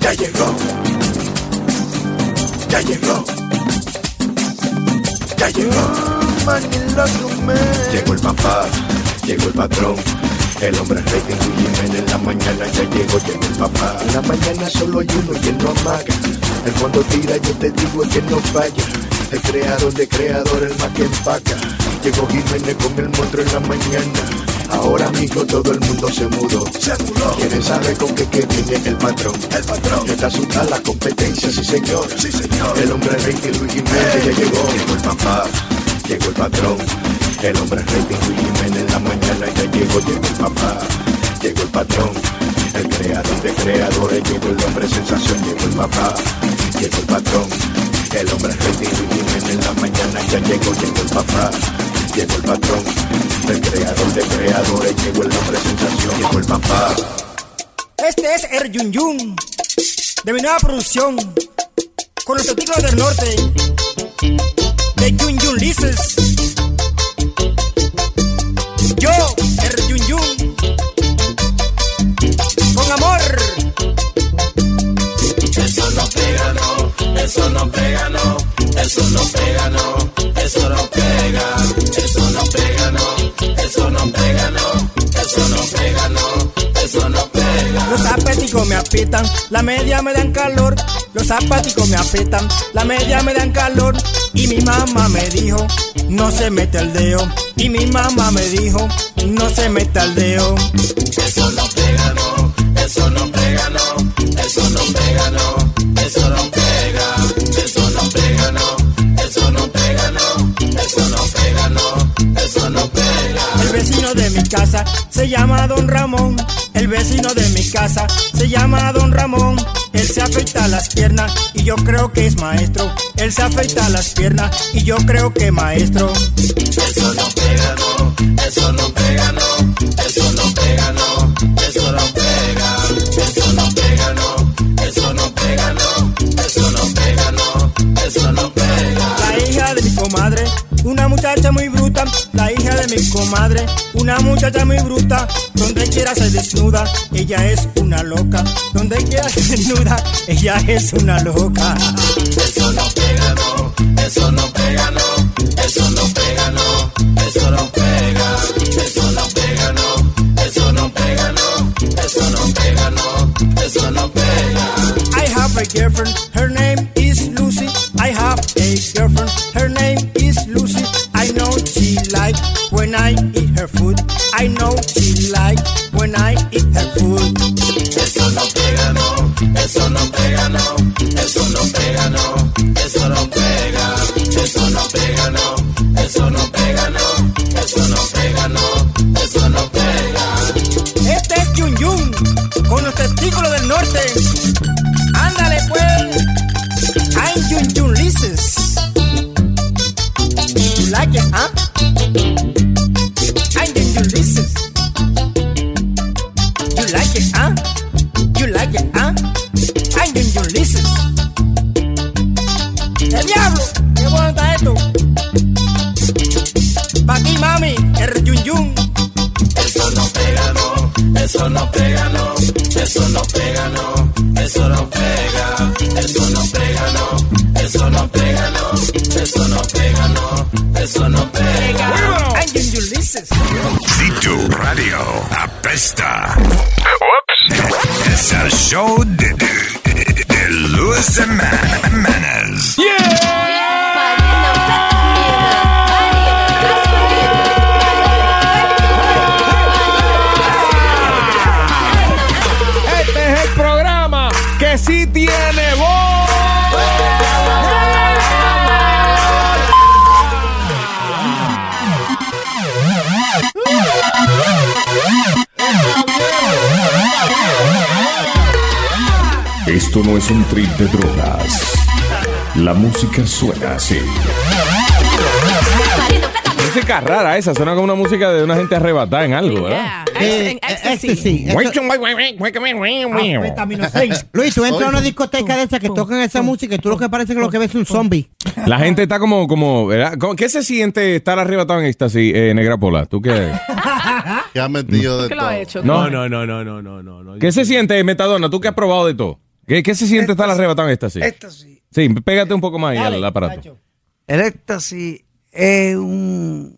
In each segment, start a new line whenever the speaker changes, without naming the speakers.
Ya llegó. Ya llegó. Ya llegó. Llegó el papá, llegó el patrón. El hombre rey de Jiménez en la mañana ya llegó, llegó el papá. En la mañana solo hay uno y él no amaga. El fondo tira, yo te digo el que no falla. El creador de creador, el más que empaca. Llegó Jiménez con el monstruo en la mañana. Ahora mismo todo el mundo se mudó. Se mudó. Quieren saber con qué, qué viene el patrón. El patrón. Está asustada la competencia, sí señor. Sí señor. El hombre rey de Luis Jiménez ya llegó. Llegó el papá, llegó el patrón. El hombre rey de Luis Jiménez en la mañana ya llegó. Llegó el papá, llegó el patrón. El creador de creadores llegó el hombre sensación. Llegó el papá, llegó el patrón. El hombre rey de Luis Jiménez en la mañana ya llegó. Llegó el papá, llegó el patrón. El creador de creadores llegó el hombre sensación. Llegó el papá.
Este es el Yun Yun de mi nueva producción con los artículos del norte de Yun Yun Lices. Yo, el Yun Yun, con amor.
Eso no pega, no, eso no pega, no, eso no pega, no, eso no pega, eso no pega, no, eso no pega, no, eso no pega, no, eso no pega.
Los zapaticos me aprietan, la media me dan calor. Los zapaticos me aprietan, la media me dan calor. Y mi mamá me dijo, no se mete al dedo. Y mi mamá me dijo, no se mete al dedo.
Eso no pega, no, eso no pega, no, eso no pega, no, eso no pega, eso no pega, no, eso no pega, no, eso no pega, no, eso no pega.
El vecino de mi casa se llama Don Ramón. El vecino de mi casa se llama Don Ramón. Él se afeita las piernas y yo creo que es maestro. Él se afeita las piernas y yo creo que maestro.
Eso no pega, no, eso no pega, no, eso no pega, no, eso no pega, eso no pega, no, eso no pega, no, eso no pega, no, eso no pega.
La hija de mi comadre, una muchacha muy bruta. La hija de mi comadre, una muchacha muy bruta. Donde quiera se desnuda, ella es una loca. Donde quiera se desnuda, ella es una loca.
Eso no pega, no, eso no pega, no, eso no pega, no, eso no pega, eso no pega, no, eso no pega, no, eso no pega, no, eso no pega.
I have a girlfriend, her name is Lucy. I have a girlfriend, her name is Lucy. I know she like when I eat her food. I know she like when I eat her food.
Eso no pega, no, eso no pega, no, eso no pega, no, eso no pega, eso no pega, no, eso no pega, no, eso no pega, no, eso no pega.
Este es Yun Yun con los testículos del norte. Ándale pues. I'm Yun Yun Lises. You like it, huh? I'm Yun Yun Lises. You like it, huh? You like it, huh? I'm Yun Yun Lises. ¡El diablo! ¡Qué bueno está esto! Pa' ti, mami, el Yun Yun.
Eso no pega, no, eso no pega, no, eso no pega, no, eso no pega, eso no pega, no, eso no pega, no, eso no pega, no, eso no pega.
I'm Yun Yun Lises.
Zitu Radio apesta. Ups. Es el show de, de, de Luis Man Manas.
Este es el programa que sí tiene voz.
Esto no es un trip de drogas. La música suena así.
Música rara esa, suena como una música de una gente arrebatada en algo, ¿verdad?
Eh,
En ecstasy.
ecstasy. Esto-
Vitamino 6.
Luis, tú entras a una discoteca de esas que tocan esa música y tú lo que parece que lo que ves es un zombie.
La gente está como, como, ¿verdad? ¿Cómo- ¿Qué se siente estar arrebatado en éxtasis, eh, Negra Pola? ¿Tú qué?
Que ha metido de
¿Qué lo
todo.
ha hecho?
No,
No, no, no, no, no, no, no.
¿Qué se siente, Metadona? ¿Tú qué has probado de todo? ¿Qué, qué se siente estar arrebatado en éxtasis?
Éxtasis.
Sí, pégate un poco más ahí
Dale,
al aparato.
Nacho.
El éxtasis es un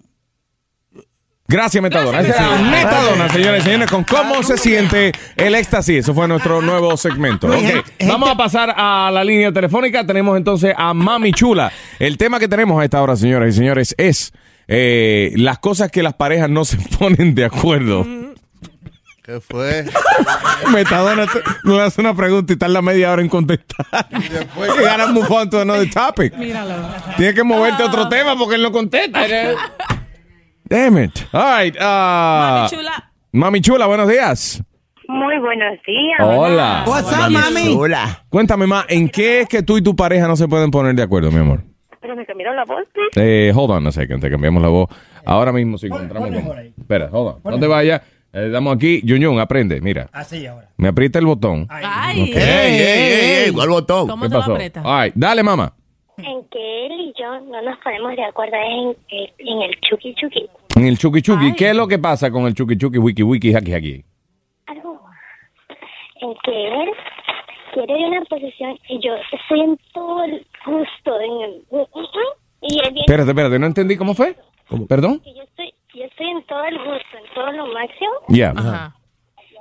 Gracias, Metadona. Esa era Metadona, señores y señores, con cómo se siente el éxtasis. Eso fue nuestro nuevo segmento.
No, y
Ok,
gente-
vamos a pasar a la línea telefónica. Tenemos entonces a Mami Chula. El tema que tenemos a esta hora, señoras y señores, es eh, las cosas que las parejas no se ponen de acuerdo.
¿Qué fue?
Metadona te- nos hace una pregunta y tarda media hora en contestar.
Después-
Y ganas move on to another topic.
Míralo.
Tienes que moverte a otro tema porque él no contesta. Damn it. All right. ah,
Chula.
Mami Chula, buenos días.
Muy buenos días.
Hola.
What's up, mami?
Hola.
Cuéntame más, ¿en qué es que tú y tu pareja no se pueden poner de acuerdo, mi amor?
Pero me cambiaron la voz, ¿sí?
Eh, hold on a second, te cambiamos la voz.
Eh,
Ahora mismo si encontramos... con- Espera, hold on. No te vayas. Eh, damos aquí. Yun Yun, aprende. Mira,
Así ahora.
me aprieta el botón.
Ay.
¡Ey, ey, ey! ey ¿Cuál botón?
¿Cómo
¿Qué
te lo
pasó?
aprietas?
All right, dale, mamá.
En que él y yo no nos ponemos de acuerdo es en, el- en el chuki chuki.
En el chuki chuki.
Ay.
¿Qué es lo que pasa con el chuki chuki, wiki wiki, haki haki?
Algo. En que él quiere ir a una posición y yo estoy en todo el gusto. En el, y él viene.
Espérate, espérate, no entendí cómo fue. ¿Perdón?
que yo estoy, yo estoy en todo el gusto, en todo lo máximo.
Ya.
Ajá.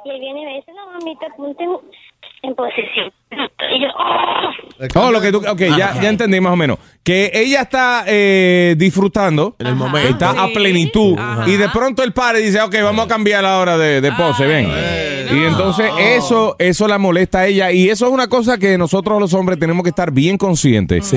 Y él viene y me dice, no, mamita, ponte en, en posición. Y yo, "Oh".
Oh, lo que tú. Ok, ya, ya entendí más o menos. Que ella está eh, disfrutando. En el momento. Está a
Sí.
plenitud.
Ajá.
Y de pronto el padre dice, ok, vamos a cambiar la hora de, de pose, ven. Y entonces eso, eso la molesta a ella. Y eso es una cosa que nosotros los hombres tenemos que estar bien conscientes.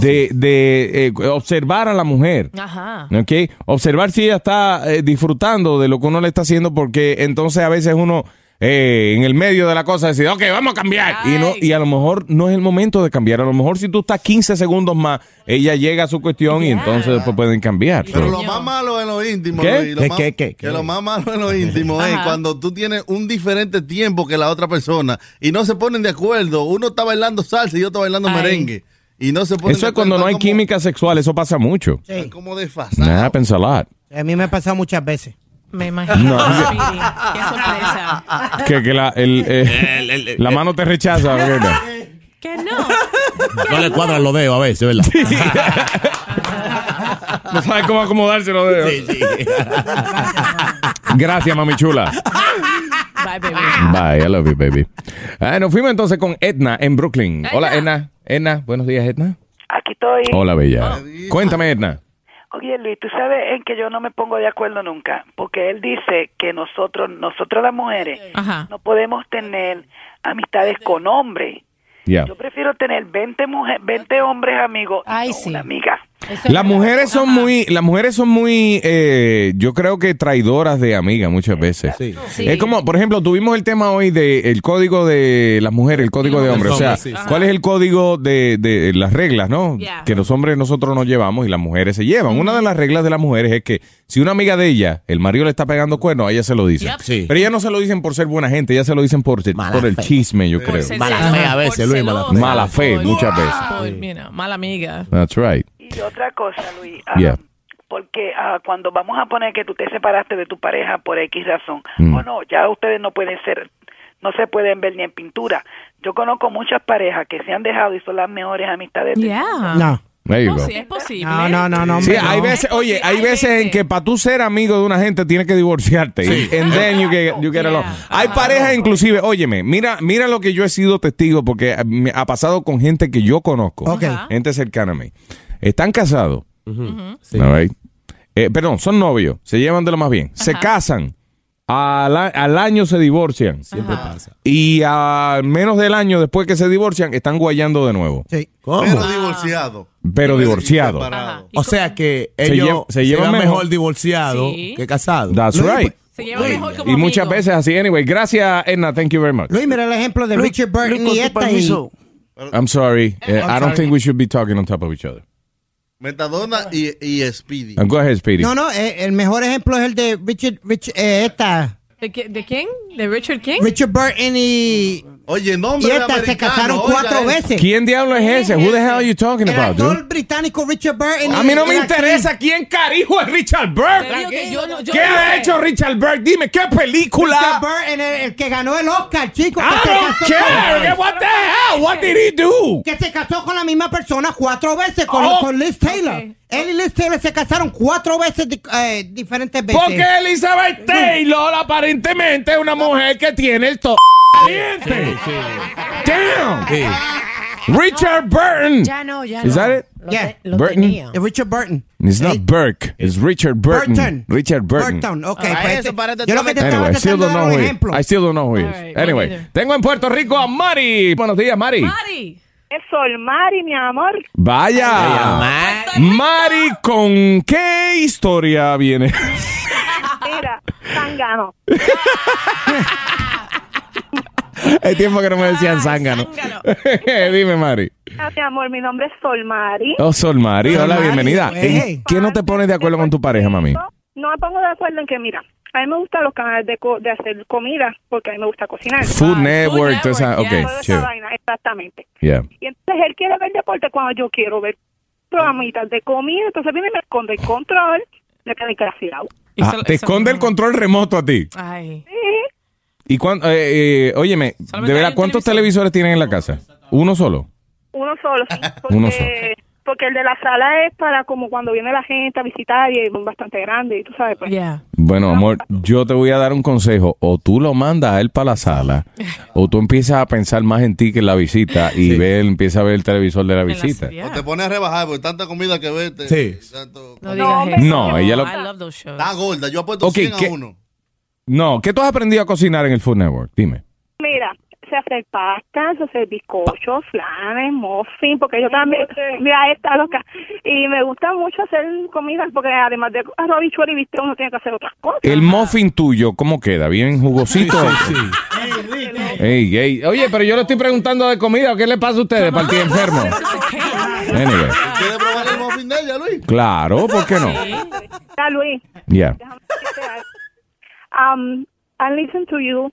De, de, eh, observar a la mujer.
Ajá.
¿Ok? Observar si ella está eh, disfrutando de lo que uno le está haciendo, porque entonces a veces uno eh, en el medio de la cosa decide, ok, vamos a cambiar. Y, no, y a lo mejor no es el momento de cambiar. A lo mejor si tú estás 15 segundos más, ella llega a su cuestión y entonces después pueden cambiar.
Pero
So-
lo más malo en lo íntimo,
¿Qué?
Luis, lo
¿Qué,
más-
qué, qué,
que
qué?
lo más malo en lo íntimo es
Ajá.
cuando tú tienes un diferente tiempo que la otra persona y no se ponen de acuerdo. Uno está bailando salsa y otro bailando
Ay.
merengue. Y no se ponen
eso
de
es cuando
acuerdo,
no hay
como-
química sexual, eso pasa mucho.
están
Sí.
como
That
desfasado.
happens a lot.
A mí me ha pasado muchas veces.
Me imagino. Speedy. Qué sorpresa.
Que, que la, el, eh,
El- el- el-
la mano te rechaza. ¿verdad?
Que no.
no le cuadran los dedos a veces, ¿verdad?
No sabes cómo acomodarse los dedos.
Sí, sí.
Gracias, mami chula.
Bye, baby.
Bye, I love you, baby. Ah, nos fuimos entonces con Edna en Brooklyn. Hola, Edna. Edna, buenos días, Edna.
Aquí estoy.
Hola, bella. Cuéntame, Edna.
Oye, Luis, tú sabes en que yo no me pongo de acuerdo nunca, porque él dice que nosotros, nosotras las mujeres,
Ajá.
no podemos tener amistades con hombres.
Ya.
Yo prefiero tener 20 mujer- 20 hombres amigos
Ay,
y no
sí.
una amiga.
Las mujeres son muy, las mujeres son muy, eh, yo creo que traidoras de amigas muchas veces.
Sí.
Es como, por ejemplo, tuvimos el tema hoy del el código de las mujeres, el código de hombres. O sea,
Sí, sí.
¿cuál es el código de, de las reglas, no?
Yeah.
Que los hombres nosotros nos llevamos y las mujeres se llevan. Una de las reglas de las mujeres es que si una amiga de ella, el marido le está pegando cuernos, a ella se lo dice.
Yep.
Sí.
Pero ellas no se lo dicen por ser buena gente, ellas se lo dicen por,
Mala
por el
fe.
chisme, yo creo.
ser
Mala
celosa,
fe a veces,
por
Luis, mala fe.
celosa,
Mala fe,
por-
muchas veces.
por- mira, mala amiga.
That's right.
Ah. Y otra cosa, Luis, ah,
Yeah.
porque ah, cuando vamos a poner que tú te separaste de tu pareja por X razón,
Mm.
o no, ya ustedes no pueden ser, no se pueden ver ni en pintura. Yo conozco muchas parejas que se han dejado y son las mejores amistades. del
Yeah.
No.
There you
No,
go.
Ah. Oh, sí, es posible.
No, no, no, no.
Sí,
hombre,
hay
no.
veces,
Es
oye,
posible,
hay
hay
veces en
veces.
que para tú ser amigo de una gente tienes que divorciarte. Y And then you get, you get along.
Yeah. Ah.
Hay
Ajá.
parejas inclusive, óyeme, mira, mira lo que yo he sido testigo porque eh, me ha pasado con gente que yo conozco,
Ok.
Ajá.
gente cercana a mí. Están casados. All right. Eh, perdón, son novios, se llevan de lo más bien. Se casan, al, a- al año se divorcian
Siempre pasa.
y al menos del año después que se divorcian están guayando de nuevo,
Sí.
Pero divorciado.
pero divorciados.
Separado.
O sea que
Se
ellos se,
lle- se llevan
llevan mejor,
mejor.
divorciado
Sí.
que casado.
That's right.
Se lleva mejor como
Y muchas
amigo.
veces así. Anyway, gracias, Edna. Thank you very much.
Luis, mira el ejemplo de Richard Burton
con
y
tu
esta y...
permiso.
I'm sorry. Uh, I don't
sorry.
think we should be talking on top of each other.
Metadona y, y Speedy.
Uh, go ahead, Speedy.
No, no, eh, el mejor ejemplo es el de Richard, Rich- eh, esta,
¿De, qui- de quién? ¿De Richard King?
Richard Burton y
Oye,
Y
nombre de
estas se
americano,
casaron
oiga
cuatro
eso.
veces.
¿Quién diablo es ese? Who the hell are you talking
El
about,
actor
dude?
británico Richard Burton.
A mí no me interesa quién carijo es
Te
Richard
digo
Burke.
que yo no- yo
¿Qué
no
ha
sé.
hecho Richard Burke? Dime, ¿qué
Richard
película?
Burton, el, el que ganó el Oscar, chico.
I
que se
don't
casó
care.
con-
What the hell? What did he do?
Que se casó con la misma persona cuatro veces, con,
Oh.
con Liz Taylor. Él y Liz Taylor se casaron cuatro veces di- eh, diferentes veces.
Porque Elizabeth Taylor aparentemente es una mujer que tiene el to... caliente. Damn. Richard Burton.
Ya no, ya
Is
no.
that it?
Lo,
Yeah.
te- lo
Burton.
tenía.
Richard Burton.
It's not Burke. It's Richard Burton.
Burton.
Richard Burton.
Burton, ok.
Ah,
pues,
eso parece
yo lo que te estaba
Anyway, I still
tratando de
don't know
dar
who
un
he is.
ejemplo.
I still don't know who he is. Anyway, tengo en Puerto Rico a Mari. Buenos días, Mari.
Mari. Es Sol Mari, mi amor.
Vaya. Mari, ¿con qué historia viene?
Mira, Tangano.
Hay tiempo que no me decían zángano. Dime, Mari.
Ah, mi amor, mi nombre es Sol Mari.
Oh, Sol Mari,
Sol
hola,
Mari,
bienvenida.
güey.
¿Y ¿Qué no te pones de acuerdo con tu pareja, mami?
No me pongo de acuerdo en que, mira, a mí me gustan los canales de, co- de hacer comida porque a mí me gusta cocinar.
Food Network, toda esa-
Network,
ok,
yeah. Toda esa
chévere.
vaina, exactamente.
Yeah.
Y entonces él quiere ver deporte cuando yo quiero ver programitas de comida. Entonces viene y me esconde el control. Me queda desgraciado.
Ah, te esconde el control remoto a ti.
Ay.
¿Y cuán, eh, eh, óyeme, de verdad, ¿cuántos televisores tienen en la casa? ¿Uno solo?
Uno solo, sí, porque,
Ah, Uno solo.
porque el de la sala es para como cuando viene la gente a visitar y es bastante grande, y tú sabes, pues.
Bueno, amor, yo te voy a dar un consejo. O tú lo mandas a él para la sala, o tú empiezas a pensar más en ti que en la visita y ve, empieza a ver el televisor de la visita.
O te pones a rebajar por tanta comida que ves. te-
Sí.
tanto-
No digas eso.
No, ella lo-
I love those shows.
Está gorda. Yo apuesto
Ok,
100
¿qué?
a 1.
No, ¿qué tú has aprendido a cocinar en el Food Network? Dime.
Mira, se hace pastas, se hace bizcochos, flanes, muffins, porque yo también, mira, está loca. Y me gusta mucho hacer comidas, porque además de arroz, bichuelo y bistec, uno tiene que hacer otras cosas.
El muffin tuyo, ¿cómo queda? ¿Bien jugosito? Ey, ey. Oye, pero yo le estoy preguntando de comida. ¿Qué le pasa a ustedes, para el tío enfermo? Anyway,
¿Quieres probar el muffin de ella, Luis?
claro, ¿por qué no?
Ya, Ah, Luis,
Ya.
um, I listen to you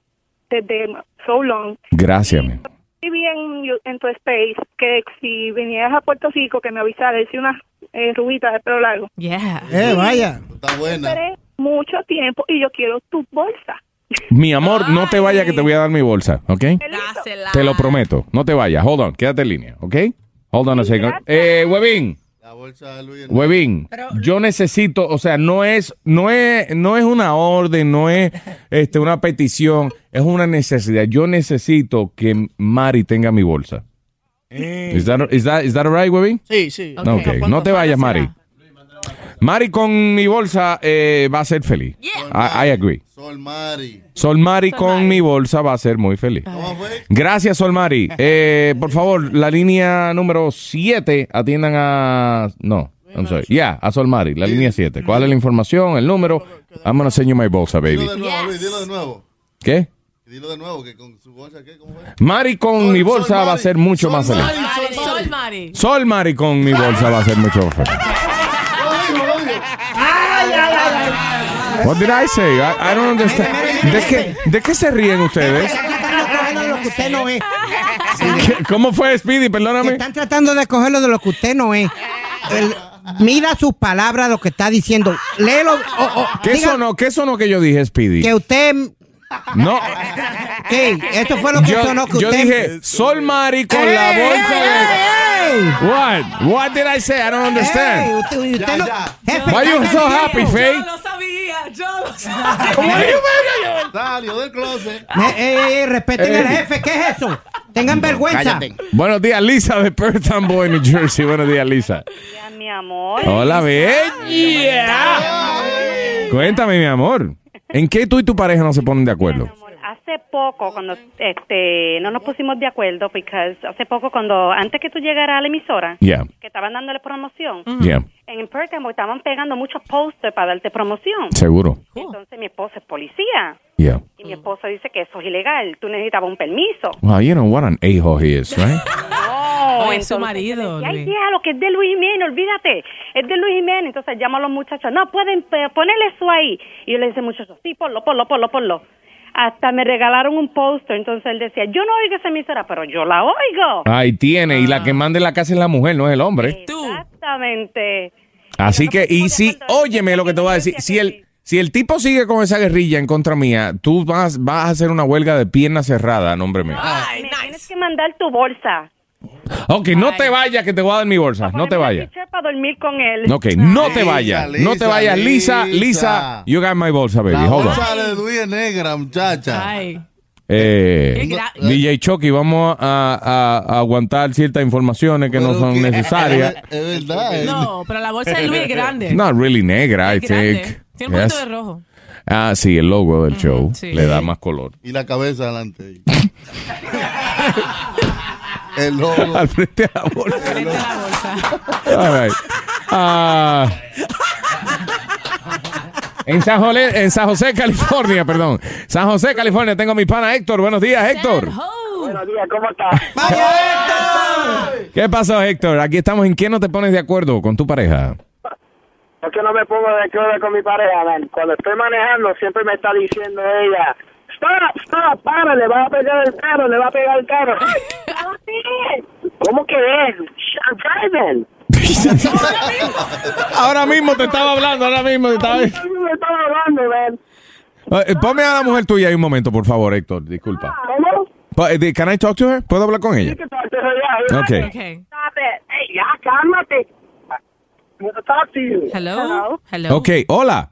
desde so long.
Gracias, mi.
Y vi en, you- en tu space que si vinieras a Puerto Rico, que me avisaras, hice unas eh, rubitas de pelo largo.
Yeah.
Eh, vaya.
Está buena.
Esperé mucho tiempo y yo quiero tu bolsa.
Mi amor, no te vayas que te voy a dar mi bolsa, ¿ok?
Dásela.
Te lo prometo. No te vayas. Hold on. Quédate en línea, ¿ok? Hold on a second. Eh, Webin. Webin, yo necesito, o sea, no es, no es, no es una orden, no es este, una petición, es una necesidad. Yo necesito que Mari tenga mi bolsa. Is that, is that- is that all right, Webin?
Sí, sí.
Ok, no te vayas, Mari. Mari con mi bolsa eh, va a ser feliz. I, I agree.
Sol Mari.
Sol Mari con mi bolsa va a ser muy feliz. Gracias, Sol Mari. Eh, por favor, la línea número 7, atiendan a... No, I'm sorry. Yeah, a Sol Mari, la línea 7. ¿Cuál es la información, el número? I'm gonna send you my bolsa,
Dilo
baby.
de nuevo, Luis, dilo de nuevo.
¿Qué?
Dilo de nuevo, que con su bolsa, ¿qué? ¿Cómo fue?
Mari con mi bolsa va a ser mucho más feliz.
Mari, Sol Mari.
Sol Mari con mi bolsa va a ser mucho más feliz. What did I say? I, I don't understand. ¿De qué, ¿De qué se ríen ustedes?
Están cogiendo de lo que usted no es.
¿Qué- ¿Cómo fue, Speedy? Perdóname.
Están tratando de cogerlo de lo que usted no es. El- mira sus palabras, lo que está diciendo. Léelo. o- o-
¿Qué
diga
sonó, ¿Qué sonó que yo dije, Speedy?
Que usted
No.
¿Qué? Esto fue lo que
yo,
sonó que
yo
usted-
dije, Sol Mari con la
¡Ey,
bolsa
ey,
de... What? What did I say? I don't
Ey,
understand.
usted- usted no- Jefe,
Why you
está
so
tranquilo.
happy, Faye?
Yo lo sabía, yo lo
¿Cómo
sabía.
es?
Salió del closet.
Eh, eh, eh, respeten
Ey.
al jefe, ¿qué es eso? Tengan vergüenza.
Buenos días, Lisa de Perth Amboy, New Jersey. Buenos días, Lisa.
Mi amor.
Hola, bella. Cuéntame, mi amor. ¿En qué tú y tu pareja no se ponen de acuerdo?
Hace poco, cuando este, no nos pusimos de acuerdo, porque hace poco, cuando antes que tú llegaras a la emisora,
Yeah.
que estaban dándole promoción,
Yeah.
en Perkamo estaban pegando muchos posters para darte promoción.
Seguro.
Entonces mi esposo es policía
Yeah.
y mi esposo dice que eso es ilegal, tú necesitabas un permiso.
Wow, you know what an a-hole he is, right?
No,
Oye, su
entonces,
marido,
yo decía, Ay,
Luis.
déjalo, que es de Luis Jiménez, olvídate. Es de Luis Jiménez. Entonces llama a los muchachos. No, pueden eh, ponerle eso ahí. Y yo le dice muchachos, sí, ponlo, ponlo, ponlo, ponlo. Hasta me regalaron un póster, entonces él decía, yo no oigo esa emisora, pero yo la oigo.
Ahí tiene. Y la que manda en la casa es la mujer, no es el hombre.
Exactamente.
Así que, y si, óyeme lo que te voy a decir. Si el, si el tipo sigue con esa guerrilla en contra mía, tú vas, vas a hacer una huelga de pierna cerrada, nombre mío.
me tienes que mandar tu bolsa.
Ok, no te vayas, que te voy a dar mi bolsa. No te vayas.
Echar para dormir con él.
Ok, no te vayas.
Lisa,
No te vayas, Lisa, Lisa.
Lisa.
You got my bolsa, baby.
La
Hold on.
bolsa de Luis es negra, muchacha.
Eh,
Qué gra-
DJ Chucky, vamos a, a- a aguantar ciertas informaciones que eh, no son necesarias.
Es verdad.
No, pero la bolsa de Luis es grande.
Not really negra, I
Es grande.
think.
Tiene un punto
Yes.
de rojo. Mm,
Ah, sí, el logo del show
sí.
le da más color.
Y la cabeza adelante. el lobo.
Al frente de la bolsa. All right. Ah. en, San Jole- en San José, California, perdón. San José, California, tengo a mi pana Héctor. Buenos días, Héctor.
Oh.
Buenos días, ¿cómo estás?
¿Qué pasó, Héctor? Aquí estamos en qué no te pones de acuerdo con tu pareja.
Es que no me pongo de acuerdo con mi pareja, man. Cuando estoy manejando, siempre me está diciendo ella, stop, stop, para, le va a pegar el carro, le va a pegar el carro. ¿Cómo que es? I'm driving.
Ahora mismo te estaba hablando, ahora mismo te estaba...
Me estaba hablando, man.
Eh, Ponme a la mujer tuya ahí un momento, por favor, Héctor. Disculpa.
¿Cómo?
Pa- eh, Can I talk to her? ¿Puedo hablar con ella? Ok.
Stop it. Hey, ya, cálmate. I want to talk to you. Hello. Hello.
Ok, hola.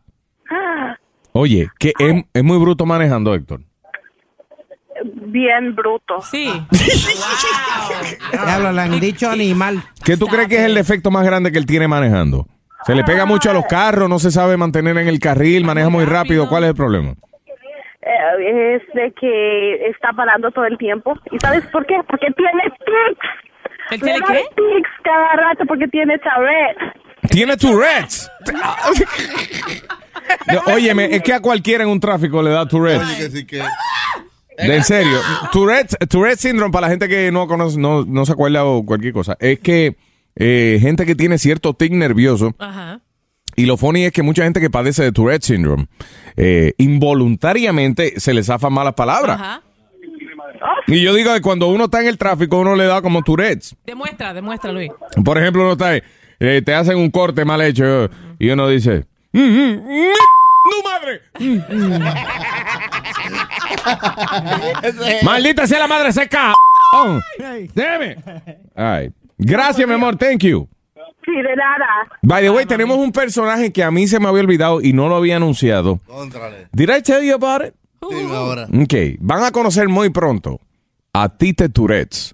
Ah,
Oye, que es, es muy bruto manejando, Héctor.
Bien bruto. Sí.
Ya lo le han dicho animal.
¿Qué tú crees que es el defecto más grande que él tiene manejando? Se le pega mucho a los carros, no se sabe mantener en el carril, maneja muy rápido. ¿Cuál es el problema?
Eh, es de que está parando todo el tiempo. ¿Y sabes por qué? Porque tiene tics. ¿Él
tiene qué?
tics cada rato porque tiene Tourette.
Tiene Tourette's. No, Óyeme, es que a cualquiera en un tráfico le da Tourette's.
Así que,
De en serio. Tourette, Tourette Syndrome, para la gente que no conoce, no, no se acuerda o cualquier cosa, es que eh, gente que tiene cierto tic nervioso,
Ajá.
y lo funny es que mucha gente que padece de Tourette Syndrome, eh, involuntariamente se le zafan malas palabras.
Ajá.
Y yo digo que cuando uno está en el tráfico, uno le da como Tourette's.
Demuestra, demuestra, Luis.
Por ejemplo, uno está ahí, eh, te hacen un corte mal hecho y uno dice, Mm, ¡No, madre! ¡Maldita sea la madre seca! ¡Deme! Ay. Gracias, mi amor. Thank you.
Sí, de nada.
By the way, tenemos un personaje que a mí se me había olvidado y no lo había anunciado.
contrale.
Did I tell you about it?
Dilo ahora.
Ok. Van a conocer muy pronto a Tite Tourette's.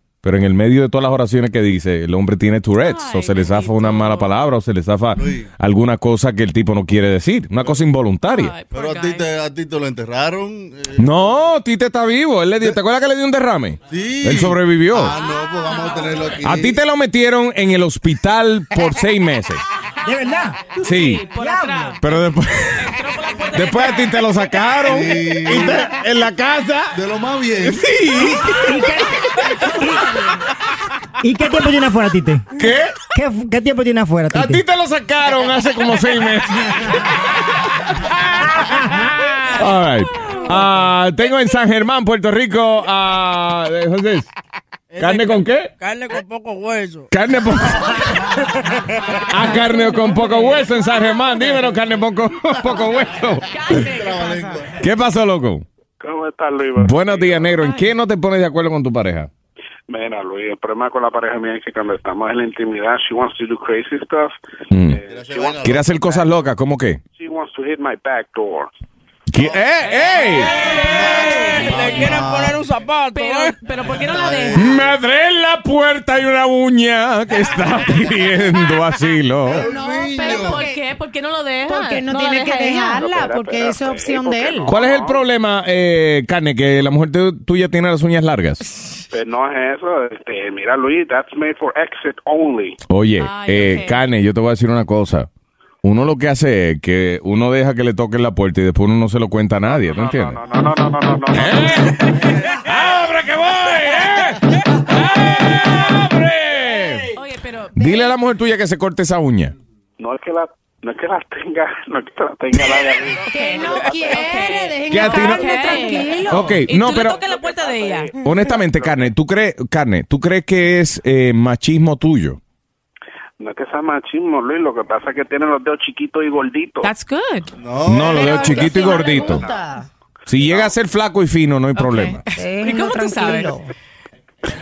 Pero en el medio de todas las oraciones que dice, el hombre tiene Tourette's. o se le zafa una mala palabra, o se le zafa alguna cosa que el tipo no quiere decir. Una cosa involuntaria.
Pero a Tite, a Tite lo enterraron. eh,
No, Tite está vivo. Él le dio- ¿Te acuerdas que le dio un derrame?
Sí.
Él sobrevivió.
Ah, no, pues vamos a tenerlo aquí.
A ti te lo metieron en el hospital por seis meses.
¿De verdad?
Sí.
Por atrás.
Pero después, después a ti te lo sacaron
Sí.
y te- en la casa.
De lo más bien.
Sí.
¿Y qué tiempo tiene afuera, Tite?
¿Qué?
¿Qué, qué tiempo tiene afuera, Tite?
A ti te lo sacaron hace como seis meses. All right. Ah, tengo en San Germán, Puerto Rico, a eh, José. ¿Carne con qué?
Carne con poco hueso.
Carne po- a Ah, carne con poco hueso en San Germán. Dímelo, carne poco, poco hueso. ¿Qué pasó, loco?
¿Cómo estás, Luis?
Buenos días, negro. ¿En qué no te pones de acuerdo con tu pareja?
Mira, Luis, el problema con la pareja mía es que cuando estamos en la intimidad, she wants to do crazy stuff.
Quiere Mm. hacer cosas locas, ¿cómo qué?
She wants to hit my back door.
¿Qui- ¡Eh,
Le quieren poner un zapato. Pero,
pero ¿por qué no la
ey!
dejan?
Madre en la puerta hay una uña que está pidiendo asilo.
No, pero ¿por qué? ¿Por qué no lo dejan?
Porque no tiene
la
que
deja
dejarla,
ella.
porque eso es opción de él.
¿Cuál es el problema, eh, Carne, que la mujer tu- tuya tiene las uñas largas?
Pero no es eso. Este, mira, Luis, that's made for exit only.
Oye, eh, Carne, yo te voy a decir una cosa. Uno lo que hace es que uno deja que le toquen la puerta y después uno no se lo cuenta a nadie, ¿tú entiendes?
No, no, no, no, no. no, no.
¡Abre que voy! Dile a la mujer tuya que se corte esa uña.
No es que la, no es que la tenga, no es que la tenga larga.
Que no quiere, dejen
Que a ti no-
estarme tranquilo.
Ok,
y
no,
tú
pero-
le tocas la puerta de ella.
Honestamente, carne, ¿tú crees, carne, ¿tú crees que es eh, machismo tuyo?
No es que sea machismo, Luis, lo que pasa es que tiene los dedos chiquitos y gorditos.
That's good.
No, lo veo chiquito y gordito. Si llega a ser flaco y fino, no hay problema.
¿Y cómo tú sabes?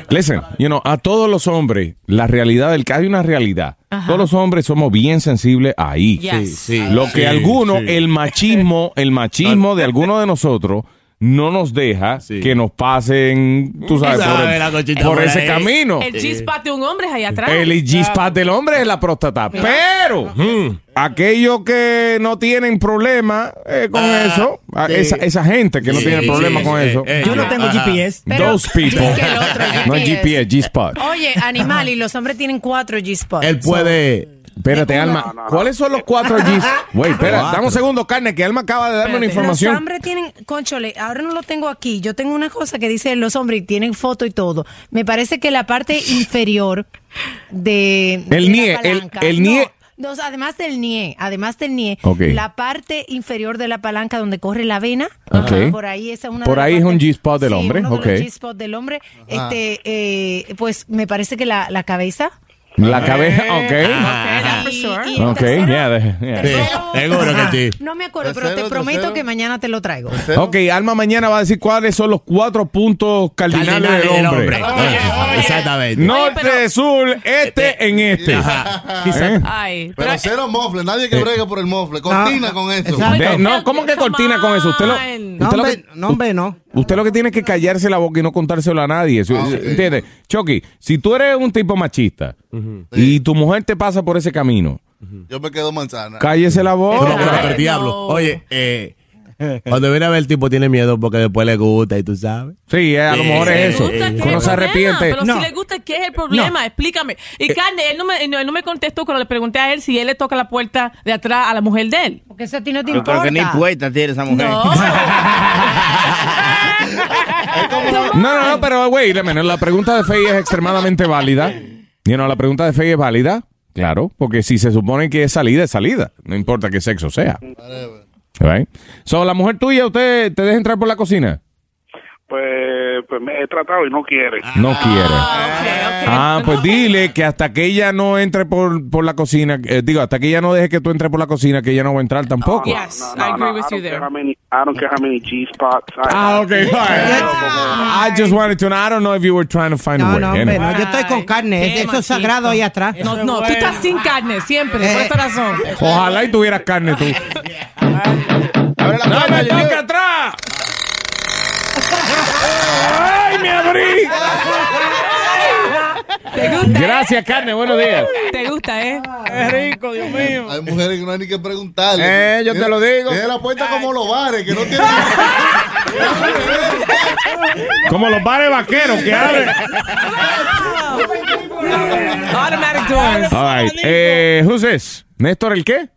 Listen, you know, a todos los hombres, la realidad del caso hay una realidad.
Ajá.
Todos los hombres somos bien sensibles ahí.
Yes. Ah. Sí, sí.
Lo que
Sí,
algunos,
sí.
el machismo, el machismo de algunos de nosotros no nos deja que nos pasen, tú sabes,
Sabe,
por, el-
la cochita
por
por
ese
ahí.
camino.
El G-spot de un hombre es allá atrás.
El G-spot del hombre es la próstata. Pero mm, aquellos que no tienen problema eh, con eso, a-
Ah, sí.
esa, esa gente que no
Sí,
tiene
sí,
problema con
eh,
eso.
eh, Yo no ajá. tengo GPS.
Pero-
Those people.
que el otro
No es GPS, G-spot.
Oye, animal, y los hombres tienen cuatro G-spots.
Él puede. Espérate, Alma. ¿Cuáles son los cuatro G's? Güey, espera,
Cuatro.
dame un segundo, carne, que Alma acaba de darme una
Los
información.
hombres tienen, conchole, ahora no lo tengo aquí. Yo tengo una cosa que dice los hombres y tienen foto y todo. Me parece que la parte inferior de
El
de la
nie, el-
palanca-
el
No,
nie.
no, o sea, además del nie, además del nie,
Ok.
la parte inferior de la palanca donde corre la vena,
Ok.
ajá, por ahí esa es una de
Por
las
ahí es un
partes-
G-spot del
sí,
hombre,
uno de los
ok.
G-spot del hombre,
Ajá.
este, eh, pues me parece que la, la cabeza.
La cabeza,
Ah,
Ah,
ok.
for sure.
Ok, yeah, de- yeah.
seguro que
No me acuerdo, pero te prometo que mañana te lo traigo.
Ok, Alma mañana va a decir cuáles son los cuatro puntos cardinales,
Cardinales
del
del
hombre.
hombre. Oye,
Ah,
oye. Exactamente.
Norte, sur, este en este.
Ajá.
¿Eh?
Pero, cero mofle, nadie que
Eh.
brega por el mofle. Cortina con eso.
De- no, ¿cómo que cortina con eso? Usted lo,
No,
usted lo
hombre,
que-
no, hombre, no.
Usted lo que tiene es que callarse la boca y no contárselo a nadie. Si- ¿Entiendes? Chucky, si tú eres un tipo machista y tu mujer te pasa por ese camino,
Yo me quedo manzana.
cállese la
No, pero,
boca.
pero, diablo. Oye, eh, cuando viene a ver el tipo tiene miedo porque después le gusta y tú sabes.
Sí, eh, a lo mejor es eso.
eh,
Que no se arrepiente.
Pero si le gusta, ¿qué es el problema? Explícame. Y Carne, él no, me, no- él no me contestó cuando le pregunté a él si él le toca la puerta de atrás a la mujer de él.
Porque eso a ti no te
importa.
Porque ni puerta tiene esa mujer.
No, no, no, pero güey, la menor, la pregunta de Fey es extremadamente válida. You know, la pregunta de Fey es válida, claro, porque si se supone que es salida, es salida, no importa qué sexo sea. Right? So, la mujer tuya, ¿usted te deja entrar por la cocina?
Pues, pues me he tratado y no quiere.
No quiere. Ah, pues dile que hasta que ella no entre por, por la cocina, eh, digo, hasta que ella no deje que tú entres por la cocina, que ella no va a entrar tampoco.
Oh,
No, no, no, I don't care how many- I don't care how many G-spots. I
Ah,
have.
ok, all right. I just wanted to know. I don't know if you were trying to find a
No,
way.
no, hombre,
anyway.
no, yo estoy con carne.
Qué
es- Eso es
machista.
sagrado ahí atrás.
No, no, tú estás sin carne siempre, por esa razón.
Ojalá y tuvieras carne tú. ¡No me toque atrás! ¡Ay, me abrí!
¿Te gusta?
Gracias, carne. Buenos días.
¿Te gusta, eh?
Ah.
Es rico, Dios mío. Hay mujeres que no hay ni que preguntarle.
Eh, yo te
Tiene-
lo digo.
Tiene la puerta como los bares, que no tienen.
Como los bares vaqueros que abren.
Automatic doors.
All right. Eh, who's this? ¿Néstor el qué?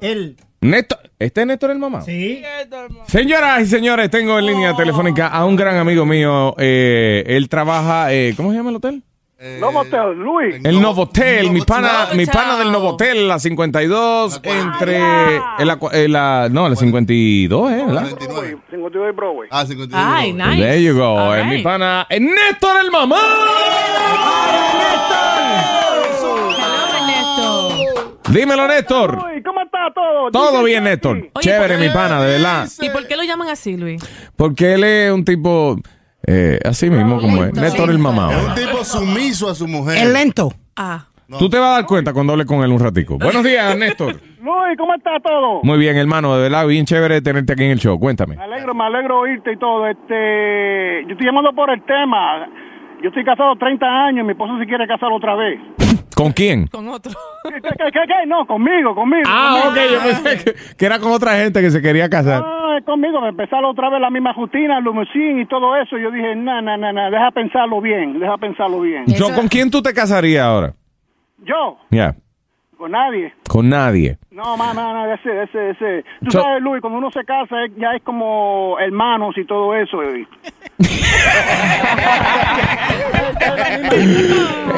Él.
Néstor. ¿Este es Néstor el mamá?
Sí.
Señoras y señores, tengo en línea telefónica a un gran amigo mío. Eh, él trabaja, eh, ¿cómo se llama el hotel?
Novotel, Luis.
El Novotel, mi pana,
Novotel.
mi pana del Novotel, la 52 entre en la, cua- en la- no, la 52, eh, ¿verdad?
52 Broadway.
Ah, 52
Ay,
There you go, eh, mi
right.
pana, eh, Néstor el mamá. Dímelo, Néstor.
Luis, ¿cómo está todo? Dice
Todo bien,
Chucky.
Néstor.
Oye,
Chévere,
¿por qué
mi pana, de verdad.
¿Y por qué lo llaman así, Luis?
Porque él es un tipo eh, así mismo como es. Néstor el mamá.
Es
güey.
un tipo sumiso a su mujer.
lento.
Ah.
Tú te vas a dar cuenta cuando hable con él un ratico. Buenos días, Néstor.
Luis, ¿cómo está todo?
Muy bien, hermano, de verdad, bien chévere tenerte aquí en el show. Cuéntame.
Me alegro, me alegro oírte y todo. Este, yo estoy llamando por el tema. Yo estoy casado 30 años, mi esposo se quiere casar otra vez.
¿Con quién?
Con otro.
¿Qué, qué, qué, qué? No, conmigo, conmigo.
Ah, ok,
conmigo.
yo pensé que, que era con otra gente que se quería casar.
Ah, es conmigo, me empezar otra vez la misma rutina, lumucín y todo eso. Yo dije, no, no, no, no, deja pensarlo bien, deja pensarlo bien.
Yo, ¿Con quién tú te casarías ahora?
Yo,
Ya.
Con nadie.
Con nadie.
No, más, más, más, ese, ese, ese. Tú
So-
sabes, Luis, como uno se casa, eh, ya es como hermanos y todo eso. eh.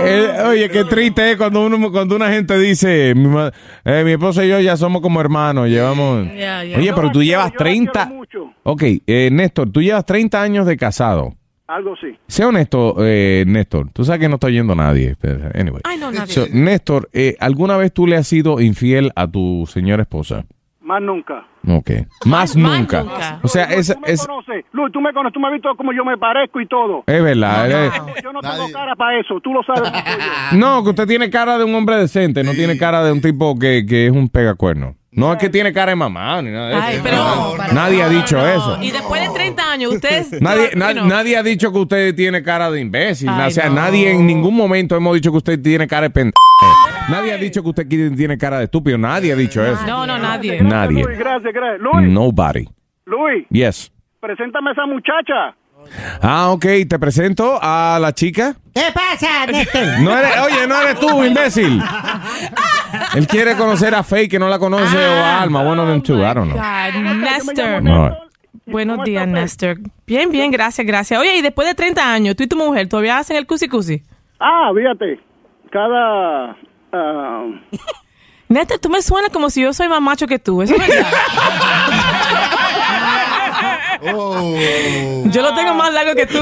Eh, oye, qué triste es cuando, uno, cuando una gente dice, mi, ma- eh, mi esposa y yo ya somos como hermanos, llevamos...
Ya, ya.
Oye,
Yo
pero
la
tú
quiero,
llevas
yo la
30...
quiero mucho.
Ok, eh, Néstor, tú llevas 30 años de casado.
Algo así.
Sea honesto, eh, Néstor, tú sabes que no está oyendo nadie. pero, Anyway.
Ay, no, nadie.
So, Néstor, eh, ¿alguna vez tú le has sido infiel a tu señora esposa?
Más nunca.
Ok. Más
más
nunca.
nunca.
O sea, es...
Tú me
es
conoces, Luis, tú me conoces, tú me has visto como yo me parezco y todo.
es verdad. eh.
Yo no tengo cara para eso, tú lo sabes.
Ah,
No, que usted tiene cara de un hombre decente, no tiene cara de un tipo que, que es un pegacuerno. No es que tiene cara de mamá ni nada de eso.
Ay, pero-
No, nadie ha dicho eso.
Y después de 30 años, ustedes.
Nadie,
no,
na-
no.
nadie ha dicho que usted tiene cara de imbécil.
Ay,
o sea,
no.
nadie en ningún momento hemos dicho que usted tiene cara de pendejo. Nadie ha dicho que usted qui- tiene cara de estúpido. Nadie ha dicho eso.
No, no, nadie.
Nadie.
Luis, gracias, gracias. Luis,
Nobody.
Luis,
Yes.
preséntame a esa muchacha.
Ah, ok. Te presento a la chica.
¿Qué pasa, Néstor?
No eres- oye, no eres tú, imbécil. Él quiere conocer a Faye que no la conoce o a Alma. One of them two. I don't know.
God, Néstor.
No.
Buenos días, Néstor. Bien, bien, gracias, gracias. Oye, y después de 30 años, tú y tu mujer todavía hacen el cusi cusi.
Ah, fíjate. Cada. ah,
Néstor, tú me suenas como si yo soy más macho que tú. Eso es verdad.
Oh.
Yo lo tengo más largo que tú.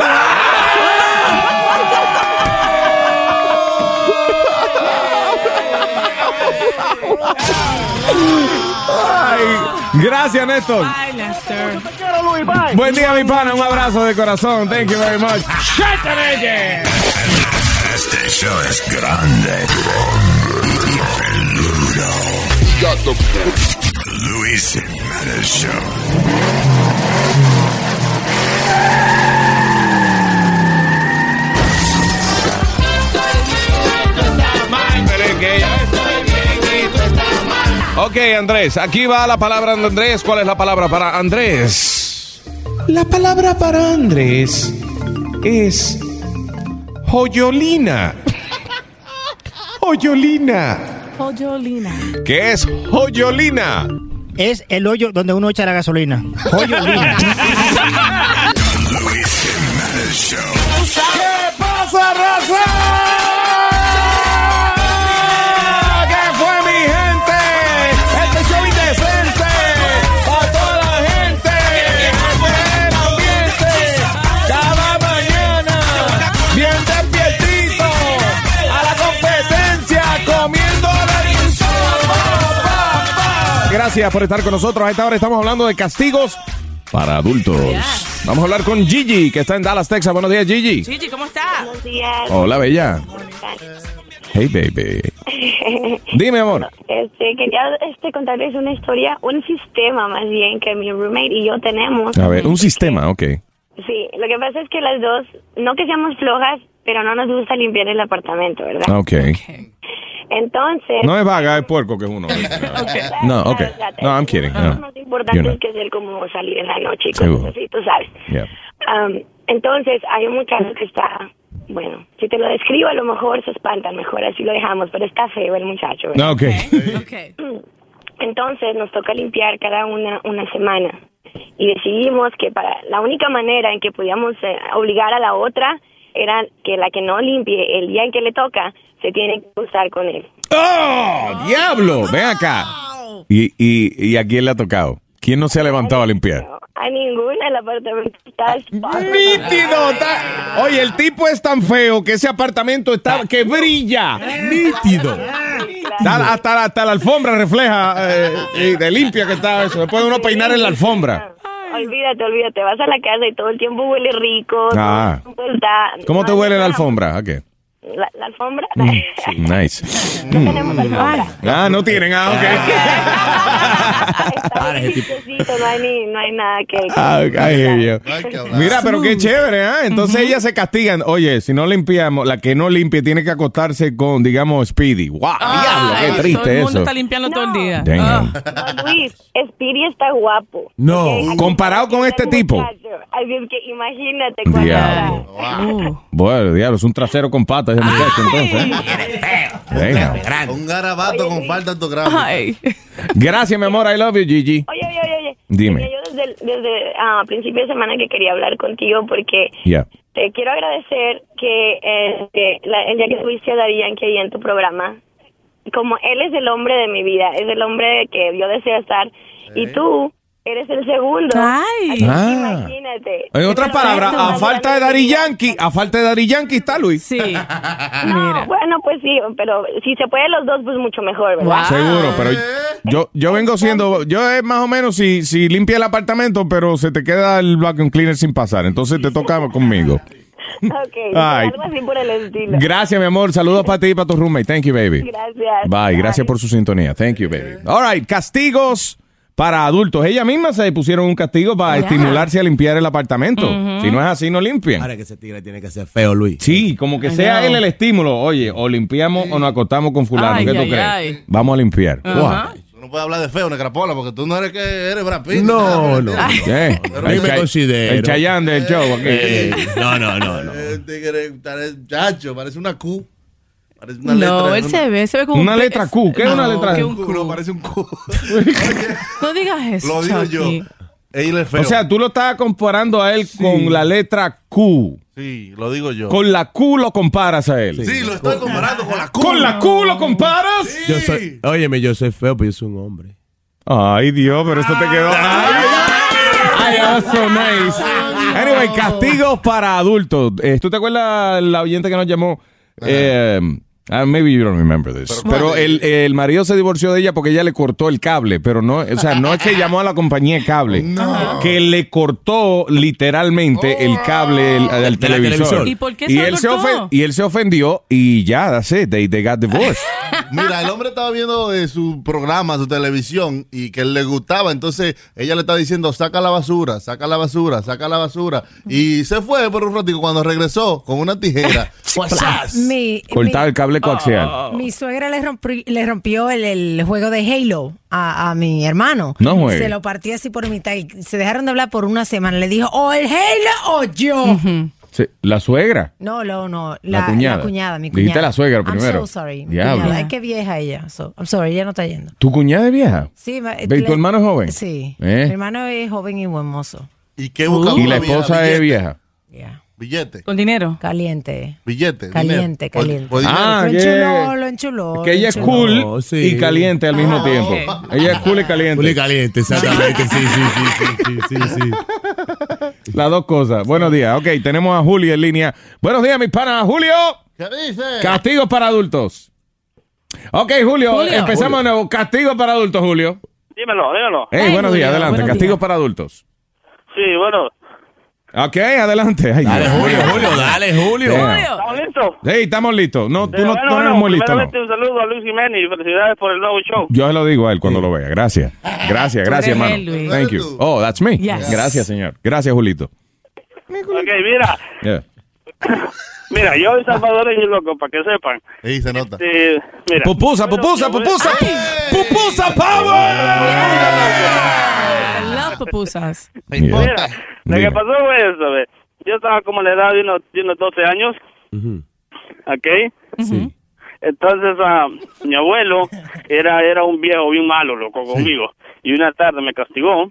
Ay, gracias, Néstor.
Bye, Néstor.
Buen día, mi pana. Un abrazo de corazón. Thank you very much.
Este show es grande. Peludo. Luis Jiménez Show.
Ok, Andrés. Aquí va la palabra de Andrés. ¿Cuál es la palabra para Andrés?
La palabra para Andrés es joyolina. Joyolina.
Joyolina.
¿Qué es joyolina?
Es el hoyo donde uno echa la gasolina. Hoyolina.
Luis Jiménez Show.
¿Qué pasa, raza? ¿Qué fue, mi gente? Este show indecente a toda la gente. Buen ambiente cada mañana. Bien despiertito a la competencia comiendo
Gracias por estar con nosotros. A esta hora estamos hablando de castigos para adultos. Vamos a hablar con Gigi, que está en Dallas, Texas. Buenos días, Gigi.
Gigi, ¿cómo estás?
Buenos días.
Hola, bella.
¿Cómo estás?
Hey, baby. Dime, amor.
Este, quería este, contarles una historia, un sistema más bien que mi roommate y yo tenemos.
A ver, un sistema, ok.
Sí, lo que pasa es que las dos, no que seamos flojas, pero no nos gusta limpiar el apartamento, ¿verdad?
Ah, Ok.
Entonces,
No es vaga, es puerco que es uno. No, ok. No, I'm kidding.
lo
No.
más importante
You're
es que es el como salir en la noche y
Seguro.
cosas así, tú sabes.
Yeah.
Am, entonces, hay un muchacho que está, bueno, si te lo describo a lo mejor se espantan, mejor así lo dejamos, pero está feo el muchacho. ¿verdad?
No, ok.
Entonces nos toca limpiar cada una una semana y decidimos que para la única manera en que podíamos eh, obligar a la otra era que la que no limpie el día en que le toca se tiene que cruzar con él.
¡Oh, diablo! Ven acá. ¿Y, y, ¿Y a quién le ha tocado? ¿Quién no se ha levantado a limpiar?
A ninguna el apartamento está
¡Nítido! está- Oye, el tipo es tan feo que ese apartamento está que brilla. ¡Nítido! Da- hasta, la- hasta la alfombra refleja eh, y de limpia que está eso. Después de uno peinar en la alfombra.
Olvídate, olvídate, vas a la casa y todo el tiempo huele rico.
Ah.
todo el tiempo está-
¿Cómo te huele la alfombra? ¿A qué?
La, la alfombra.
Mm, sí, nice. Mm. Ah, no tienen. Ah, ok.
Necesito, no hay ni- no hay nada que...
Ah, ok, ay, Dios.
hablar.
Mira, pero qué chévere, ¿ah? Entonces ellas se castigan. Oye, si no limpiamos, la que no limpie tiene que acostarse con, digamos, Speedy. ¡Wow!
Ay,
¡Diablo! ¡Qué
Ah, Todo el
triste
mundo
eso!
está Ah. limpiando todo el día.
Damn.
No, Luis, Speedy está guapo.
No, comparado con este tipo.
Muchacho, Así es que imagínate cuando
Diablo.
era.
Bueno, diablo, es un trasero con patas ese muchacho, entonces. ¿eh? Venga.
Un garabato con falta de autograma.
Gracias, mi amor. I love you, Gigi.
Oye, oye, oye, oye.
Dime.
Mira, Yo desde, desde ah, principio de semana que quería hablar contigo porque
Ya.
te quiero agradecer que este, la- el día que fuiste a Daddy Yankee ahí en tu programa, como él es el hombre de mi vida, es el hombre que yo deseo estar y tú eres el segundo. Así que
Ah.
Imagínate.
En otras palabras, a falta de Dari Yankee, a falta de Dari Yankee está Luis. Sí.
No, bueno, pues sí, pero si se puede los dos, pues mucho mejor, ¿verdad?
Seguro, pero yo, yo vengo siendo, yo es más o menos si, si limpia el apartamento, pero se te queda el vacuum cleaner sin pasar, entonces te toca conmigo.
Ok,
Ay.
algo así por el estilo.
Gracias, mi amor. Saludos para ti y para tu roommate. Thank you, baby.
Gracias.
Bye. Gracias por su sintonía. Thank you, baby. All right. Castigos para adultos. Ellas mismas se pusieron un castigo para estimularse a limpiar el apartamento.
Ujú.
Si no es así, no limpian.
Ahora que se tira tiene que ser feo, Luis.
Sí, como que
Ay,
sea
no.
él el estímulo. Oye, o limpiamos o nos acostamos con fulano.
Ay,
¿Qué tú
ay,
crees?
ay.
Vamos a limpiar. Wow.
Tú no puedes hablar de feo, Necrapola, porque tú no eres que eres Brad Pitt.
No, no.
Nada, mentira.
¿Qué?
Ah, Pero yo me
Chay-
considero.
El Chayán del show. aquí.
Eh, no, no, no, no.
Eh, tigre, parece- Chacho, parece una Q. Parece una letra.
No, él se ve, se ve como
Una letra Q. ¿Qué es una letra
que
Q?
un
No, parece un Q.
No digas eso.
Lo digo yo.
Chucky.
Él es feo.
O sea, tú lo estabas comparando a él con la letra Q.
sí, lo digo yo.
Con la Q lo comparas a él.
Sí, lo estoy comparando con la Q.
¿Con la Q lo comparas?
Yo soy, óyeme, yo soy feo, pero yo soy un hombre. Ah.
Ay, Dios, pero esto te quedó. Ay, that was so nice. Anyway, castigos para adultos. Eh, ¿Tú te acuerdas la oyente que nos llamó? Eh, ah, maybe you don't remember this. Pero, el, el marido se divorció de ella porque ella le cortó el cable. Pero no, o sea, no es que llamó a la compañía de cable. Que le cortó literalmente el cable al- al
De la
televisor.
televisor.
¿Y por qué se lo
él se
cortó?
ofen- y él se ofendió y ya, that's it. They, they got divorced.
Mira, el hombre estaba viendo eh, su programa, su televisión, y que él le gustaba. Entonces ella le estaba diciendo, saca la basura, saca la basura, saca la basura. Y se fue por un ratito. Cuando regresó con una tijera, ¡guasas!
Mi, Ah.
Cortaba el cable coaxial.
mi, mi suegra le, rompí- le rompió el, el juego de Halo a, a mi hermano.
No juegue.
Se lo partí así por mitad y se dejaron de hablar por una semana. Le dijo, o el Halo o yo.
Se- la suegra.
No, no, no.
La
La,
cuñada.
la cuñada, mi
Dijiste
cuñada.
la suegra
I'm
primero.
so sorry. mi
Diablo.
cuñada. Es que vieja ella. so- I'm sorry, ella no está yendo.
¿Tu cuñada es vieja?
Sí, ma-
Ve, ¿Y tu
le-
hermano es joven?
Sí.
¿Eh?
Mi hermano es joven y buen mozo.
¿Y qué
y la esposa es vieja.
Billete.
¿Con dinero?
Caliente.
Billete.
Caliente,
dinero.
caliente.
O- o dinero.
Ah,
lo
yeah.
enchuló, lo enchuló.
Que ella es
lo
cool
enchuló.
y caliente al mismo
Ah,
tiempo.
ok.
Ella es cool y caliente.
Cool y caliente, exactamente. Sí, sí, sí, sí, sí, sí, sí.
Las dos cosas. Buenos días. Ok, tenemos a Julio en línea. Buenos días, mis panas. Julio,
¿Qué dice?
castigos para adultos. Ok, Julio,
Julio.
empezamos de nuevo. Castigos para adultos, Julio.
Dímelo, dímelo.
Hey, buenos días, adelante.
Buenos
Castigos para adultos.
Sí, bueno.
Ok, adelante. Ay,
Dale,
Dios.
Julio, Julio,
dale,
Julio.
¿Estamos listos?
Hey, estamos listos. No, tú
Sí,
no,
bueno,
no
bueno,
eres muy listo, no.
primeramente un saludo a Luis Jiménez y felicidades por el nuevo show.
Yo se lo digo a él cuando lo vea. Gracias. Gracias,
Tú
gracias,
eres
hermano.
él, Luis. Eres
Thank you. Oh, that's me.
Yes.
Gracias, señor. Gracias, Julito.
Ok, mira,
Yeah.
mira, yo soy salvadoreño, loco, para que sepan.
Sí, se nota.
Este, mira.
Pupusa, pupusa, pupusa. Pupusa
power.
I love pupusas.
Mira, lo que pasó fue eso, ve. Yo estaba como en la edad de unos, de unos 12 años, ¿ok? Entonces, ah, mi abuelo era, era un viejo bien malo, loco, conmigo. Y una tarde me castigó.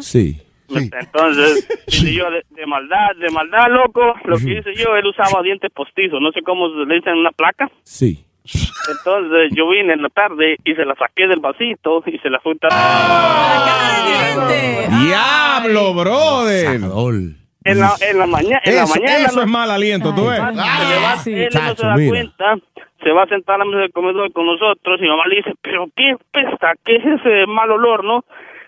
Sí.
Entonces, y yo de, de maldad, de maldad, loco, lo que hice yo, él usaba dientes postizos, no sé cómo se le dicen una placa.
Sí.
Entonces, yo vine en la tarde y se la saqué del vasito y se la fui tar-
Ah. Diablo, brother.
En la, en la mañana, en la
Eso,
mañana.
eso es mal aliento, tú eh. ves.
Se va- él no se
Ah. Chacho,
da
mira.
cuenta, se va a sentar a la mesa del comedor con nosotros y mamá le dice, pero qué pesta, qué es ese mal olor, ¿no?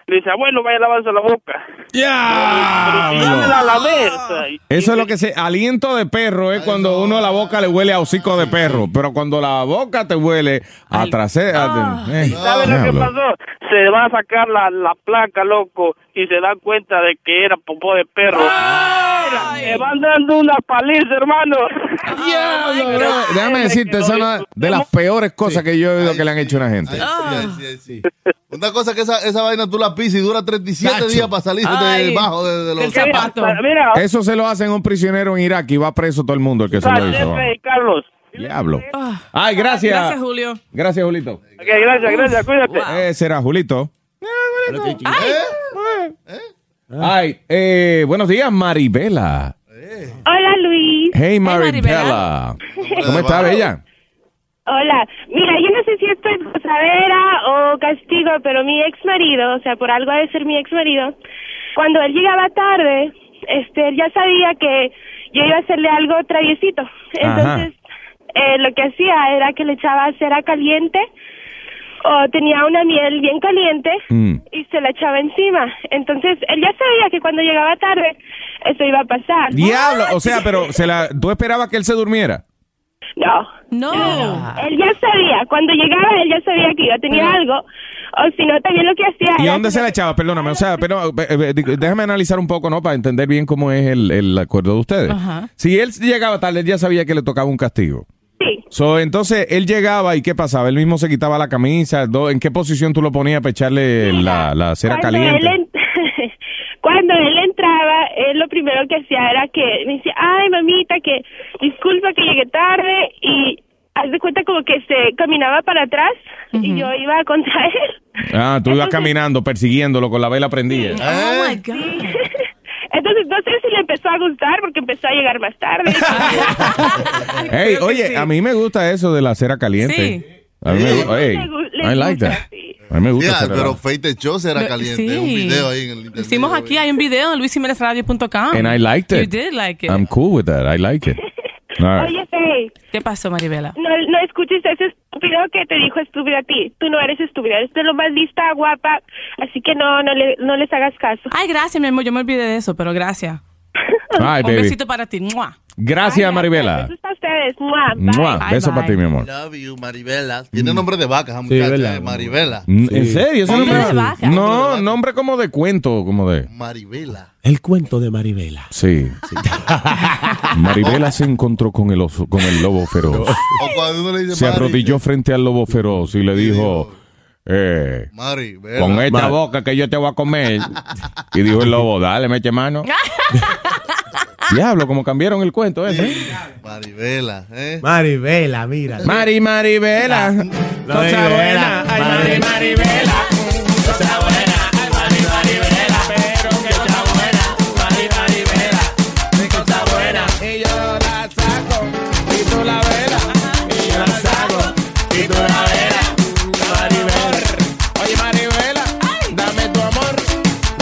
Le dice, abuelo, vaya a lavarse la boca.
Ya.
Pero si yo me la lavé, o sea,
Eso es lo que se. Aliento de perro es cuando uno la boca le huele a hocico de perro. Pero cuando la boca te huele a
Ah.
trasera. eh,
¿Sabes lo que
diablo.
pasó? Se va a sacar la, la placa, loco, y se da cuenta de que era popó de perro. Mira, Le van dando una paliza, hermano.
Pero déjame decirte, es una de las peores cosas que yo he oído que le han hecho a una gente.
Ah.
Sí, sí, sí. Una cosa es que esa, esa vaina tú la pisas y dura 37 días para salir
Ay.
debajo de, de los
Del zapato. Mira.
Eso se lo hacen a un prisionero en Irak y va preso todo el mundo el que se lo
Sal,
hizo.
Jefe y Carlos,
Diablo. Ay, gracias.
Gracias, Julio.
Gracias, Julito.
Ok, gracias, gracias, cuídate.
Ese era Julito.
Ay.
Ay, eh, buenos días, Maribela.
Hola Luis.
Hey, Maribela. ¿Cómo está, bella?
Hola. Mira, yo no sé si esto es gozadera o castigo, pero mi ex marido, o sea, por algo ha de ser mi ex marido, cuando él llegaba tarde, este, él ya sabía que yo iba a hacerle algo traviesito. Entonces, eh, lo que hacía era que le echaba cera caliente o tenía una miel bien caliente
Mm.
y se la echaba encima. Entonces, él ya sabía que cuando llegaba tarde, eso iba a pasar.
Diablo. O sea, pero se la, tú esperabas que él se durmiera.
No. No. Él ya sabía, cuando llegaba él ya sabía que yo tenía algo, o si no también lo que hacía
¿Y a
era...
dónde se la echaba? Perdóname, o sea, pero eh, eh, déjame analizar un poco, ¿no? Para entender bien cómo es el, el acuerdo de ustedes.
Ajá.
Si él llegaba tarde, él ya sabía que le tocaba un castigo.
Sí.
So, entonces, él llegaba y ¿qué pasaba? Él mismo se quitaba la camisa. do- ¿En qué posición tú lo ponías para echarle la, la cera
cuando Él
caliente?
en- cuando él entraba, él lo primero que hacía era que me decía, ay mamita, que disculpa que llegué tarde y haz de cuenta como que se caminaba para atrás y yo iba contra él.
Ah, tú ibas caminando, persiguiéndolo con la vela prendida.
Oh my God. Entonces no sé si le empezó a gustar porque empezó a llegar más tarde.
Hey, oye, a mí me gusta eso de la cera caliente.
Sí.
A mí me
Sí.
gusta. Hey,
Le gu- le
I like
gusta,
that. A mí me gusta.
Yeah,
esa
pero
relación.
Feite Show será
Pero-
caliente.
sí.
Un video ahí en el internet.
Hicimos aquí, hay un video en luisimenezradio.com.
And I liked it.
You did like it.
I'm cool with that. I like it. All right.
Oye, Faye,
¿Qué pasó, Maribela?
no, no escuches a ese estúpido que te dijo estúpido a ti. Tú no eres estúpida, eres de lo más lista, guapa. Así que no, no, le, no les hagas caso.
Ay, gracias, mi amor. Yo me olvidé de eso, pero gracias.
Ay,
Un
baby.
besito para ti. ¡Mua!
Gracias, Maribela.
Besos a ustedes. Mua, bye.
Mua. Beso para ti, mi amor.
Love you, Maribela. Tiene nombre de vaca, esa muchacha, eh, Maribela.
Mm, ¿En serio? ¿Ese
Hombre
nombre?
de vaca.
No, nombre como de cuento, como de...
Maribela.
El cuento de Maribela. Sí. Maribela se encontró con el oso, con el lobo feroz.
O cuando uno le dice
Se
Mari,
arrodilló frente al lobo feroz y le dijo, eh,
Maribela.
con esta
Mar-
boca que yo te voy a comer. Y dijo el lobo, dale, mete mano. Diablo, como cambiaron el cuento ese.
Maribela, ¿eh?
Maribela, mira.
Mari, Maribela.
Maribela,
Ay, Mari, Maribela. Cosa buena. Ay, Mari, Maribela. Pero que cosa buena. Mari, Maribela. Mi cosa buena. Y yo la saco. Y tú la velas. Y yo la saco. Y tú la velas. Maribela. Oye, Maribela. Dame tu amor.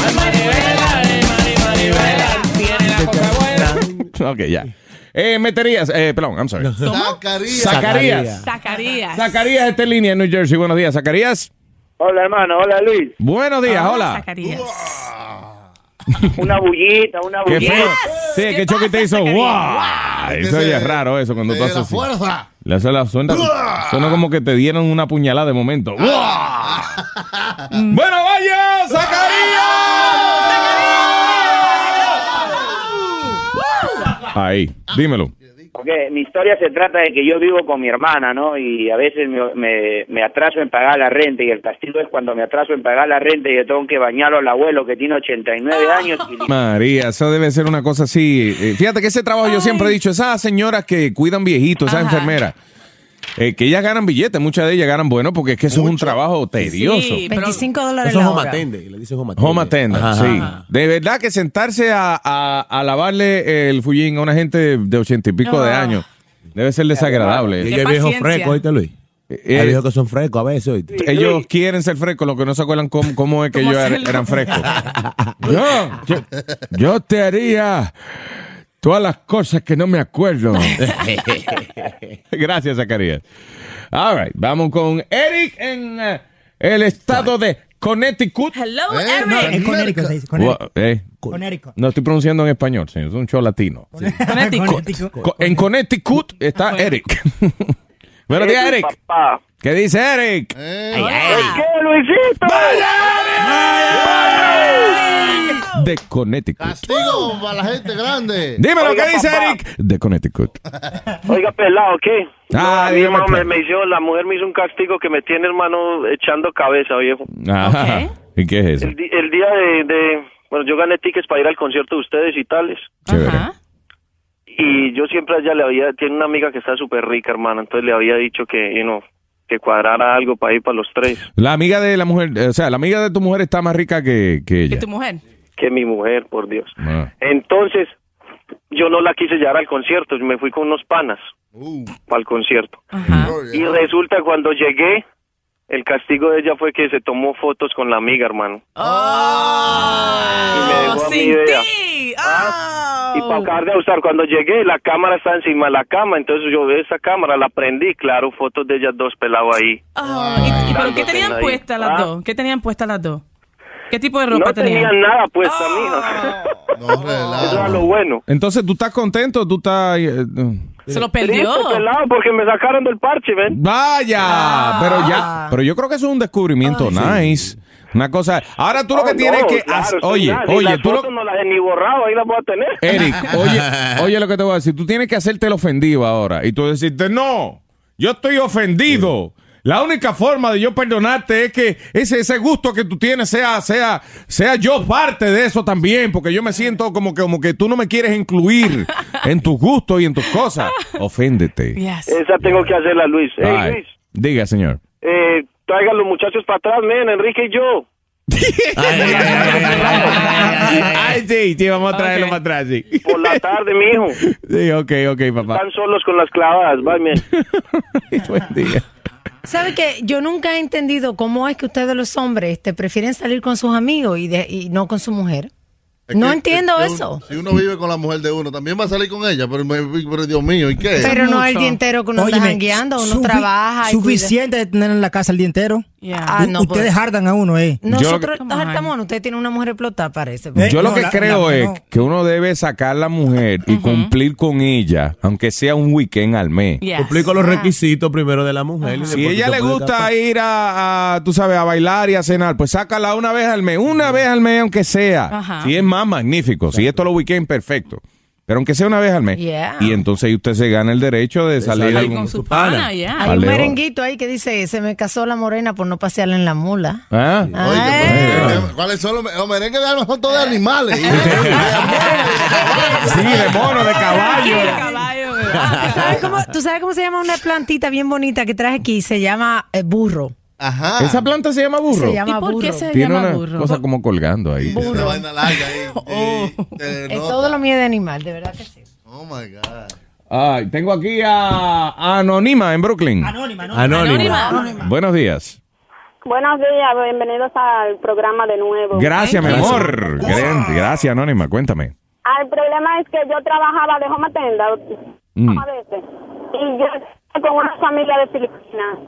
Ay, Maribela. Ay, Mari, Maribela. Tiene la cosa buena. Ok, ya. Eh, meterías. Eh, perdón, I'm sorry.
Zacarías.
Zacarías.
Zacarías.
Zacarías está en línea en New Jersey. Buenos días, Zacarías.
Hola, hermano. Hola, Luis.
Buenos días,
Ah,
hola.
Zacarías.
Una bullita, una
Qué
bullita.
feo. Sí, qué choque te hizo. ¡Wow! Eso ya es raro eso cuando tú haces así. Le hace la suena, suena como que te dieron una puñalada de momento. ¡Bueno, vaya! ¡Zacarías! Ahí, dímelo.
Ok, mi historia se trata de que yo vivo con mi hermana, ¿no? Y a veces me, me- me atraso en pagar la renta y el castigo es cuando me atraso en pagar la renta y yo tengo que bañarlo al abuelo que tiene 89 años y
María, eso debe ser una cosa así. Eh, Fíjate que ese trabajo yo siempre he dicho, esas señoras que cuidan viejitos, esas enfermeras, eh, que ellas ganan billetes, muchas de ellas ganan bueno porque es que eso es un trabajo tedioso.
Sí, 25 dólares
Eso es
la
home
hora.
atende. Le dicen home atende.
Home attendant,
Ajá.
sí. De verdad que sentarse a, a- a lavarle el fullín a una gente de ochenta y pico de
Ah.
años debe ser desagradable.
Y ellos viejos frescos, oíste, Luis.
Eh,
Hay viejos que son frescos a veces, oíste.
Ellos quieren ser frescos, lo que no se acuerdan cómo, cómo es que
¿Cómo
ellos er-
hacerlo?
eran frescos. yo, yo, yo te haría todas las cosas que no me acuerdo. Gracias, Zacarías. All right, vamos con Eric en eh, el estado de Connecticut.
Hello,
Eh,
Eric.
no,
Es Conérico, se dice.
Gua- eh.
Conérico.
No estoy pronunciando en español, señor. Es un show latino.
Conérico.
Co- en Connecticut
Ah,
está Eric. Buenos días, Eric. ¿Qué dice Eric?
Eh.
¡Qué Luisito!
De Connecticut.
Castigo para la gente grande.
Dímelo,
Oiga,
¿qué dice
papá.
Eric? De Connecticut.
Oiga, pelado, ¿qué?
Ah,
No, mi
dime,
hermano, me,
claro.
me hizo, la mujer me hizo un castigo que me tiene, hermano, echando cabeza, viejo.
Ajá. ¿Y qué es eso?
El, di- el día de, de- Bueno, yo gané tickets para ir al concierto de ustedes y tales.
Chévere.
Y,
y yo siempre a ella le había, tiene una amiga que está súper rica, hermana, entonces le había dicho que, you know, que cuadrara algo para ir para los tres,
La amiga de la mujer, eh, o sea, la amiga de tu mujer está más rica que, que ella.
mujer? Que mi mujer, por Dios.
Ah.
Entonces, yo no la quise llevar al concierto, me fui con unos panas para el concierto. Y resulta cuando llegué, el castigo de ella fue que se tomó fotos con la amiga, hermano.
Oh,
y me dejó a mí
sin
de- Y para acabar de usar, cuando llegué, la cámara está encima de la cama, entonces yo veo esa cámara, la prendí, claro, fotos de ellas dos pelados ahí.
Ah, ¿y- y- ¿Pero qué
Dándose
tenían
ahí.
puestas las
Ah.
dos? ¿Qué tenían puestas las dos? ¿Qué tipo de ropa Ah.
No tenían nada puesta, mija. Eso era lo bueno.
Entonces, ¿tú estás contento? ¿Tú estás...? eh,
Se lo
Triste, pelado, porque me sacaron del parche, ¿ven?
Vaya,
Ah.
pero ya, pero yo creo que eso es un descubrimiento nice. Una cosa, ahora tú lo que
Oh,
tienes
no,
que
claro,
hacer-
sí,
oye,
nada, ni
oye,
las
tú lo,
fotos no las he ni borrado, ahí las voy a tener.
Eric, oye, oye lo que te voy a decir. Tú tienes que hacerte el ofendido ahora. Y tú decirte, no, yo estoy ofendido. La única forma de yo perdonarte es que ese, ese gusto que tú tienes sea, sea, sea yo parte de eso también, porque yo me siento como que, como que tú no me quieres incluir en tus gustos y en tus cosas. Oféndete.
pues?
Esa tengo que hacerla, Luis. Ey,
Bye.
Luis,
Diga, señor.
eh, traigan los muchachos para atrás, men, Enrique y yo.
Ay, sí, sí, vamos a traerlo para atrás, sí.
Por la tarde, mijo.
Sí, ok, ok, papá.
Están solos con las clavadas, bye, men.
Buen día.
¿Sabe que yo nunca he entendido cómo es que ustedes los hombres te prefieren salir con sus amigos y, de- y no con su mujer? no entiendo
que uno-
eso.
si uno vive con la mujer de uno, también va a salir con ella, pero, me- pero Dios mío, ¿y qué?
Pero no el día entero que uno anda
Óyeme,
jangueando, uno
sufi-
trabaja. y cuida.
Suficiente de tener en la casa el día entero.
Ah, no,
Ustedes
pues.
jardan a uno, eh.
Nosotros hartamos, usted tiene una mujer explotada, parece.
Yo lo
No,
que
la-
creo
la-
es
no.
que uno debe sacar la mujer y cumplir con ella, aunque sea un weekend al mes.
Yes. Cumplir con los requisitos primero de la mujer. y
Si
después
ella
tú
le
te puedes
gusta
escapar.
ir a, a, tú sabes, a bailar y a cenar, pues sácala una vez al mes, una vez al mes aunque sea.
Ajá.
Si es más magnífico, si es todos los weekends, perfecto. Pero aunque sea una vez al mes.
Yeah.
Y entonces ahí usted se gana el derecho de salir
salir con su pana,
Ah,
Hay
Vale,
un
oh.
merenguito ahí que dice, se me casó la morena por no pasearla en la mula.
Ah.
¿Cuáles son los, los merengues de alma? Son todos de animales.
Sí, de mono, de caballo.
¿Sabes cómo- ¿Tú sabes cómo se llama una plantita bien bonita que traje aquí? Se llama eh, burro.
Ajá. Esa planta se llama burro.
Se llama ¿Y por qué burro. se
Tiene
llama
una
burro?
cosa como colgando ahí.
Es todo lo mío de animal, de verdad que sí.
Oh my God.
Ay, tengo aquí a Anónima en Brooklyn. Anónima,
Anónima.
Buenos días.
Buenos días, bienvenidos al programa de nuevo.
Gracias, mi amor. Gran- Gracias, Anónima. Cuéntame.
Ah, El problema es que yo trabajaba de home attendant
Mm.
a veces y yo estaba con una familia de Filipinas.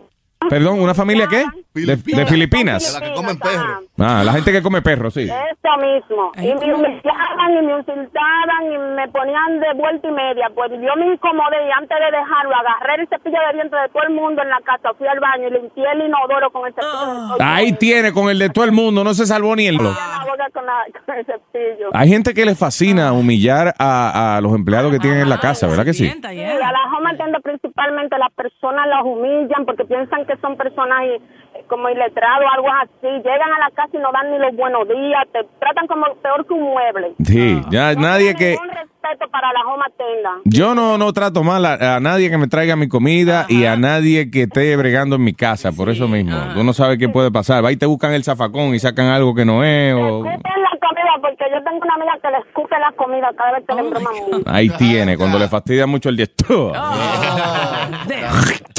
Perdón, ¿una familia qué? De, de Filipinas.
que comen perros.
Ah, la gente que come perros, sí.
Eso mismo. Y me humillaban y me insultaban y me ponían de vuelta y media. Pues yo me incomodé y antes de dejarlo agarré el cepillo de dientes de todo el mundo en la casa, fui al baño y limpié el inodoro con el cepillo. de todo el
Ahí tiene con el de todo el mundo, no se salvó ni el
mundo,
blog.
la boca con, la- con el cepillo.
Hay gente que le fascina humillar a, a los empleados que tienen en la casa, ¿verdad que sí?
Sí, a las home attendant principalmente las personas las humillan porque piensan que son personas eh, como iletrados o algo así. Llegan a la casa y no dan ni los buenos días, te tratan como peor que un mueble.
Sí, ya nadie que...
Un respeto para las home attendant.
Yo no, no trato mal a, a nadie que me traiga mi comida y a nadie que esté bregando en mi casa, por eso mismo. Tú no sabes qué puede pasar. Va y te buscan el zafacón y sacan algo que no es. O...
Escupen la comida porque yo tengo una amiga que le escupe la comida cada vez que le embroman mucho.
Ahí tiene, cuando le fastidia mucho el diestro.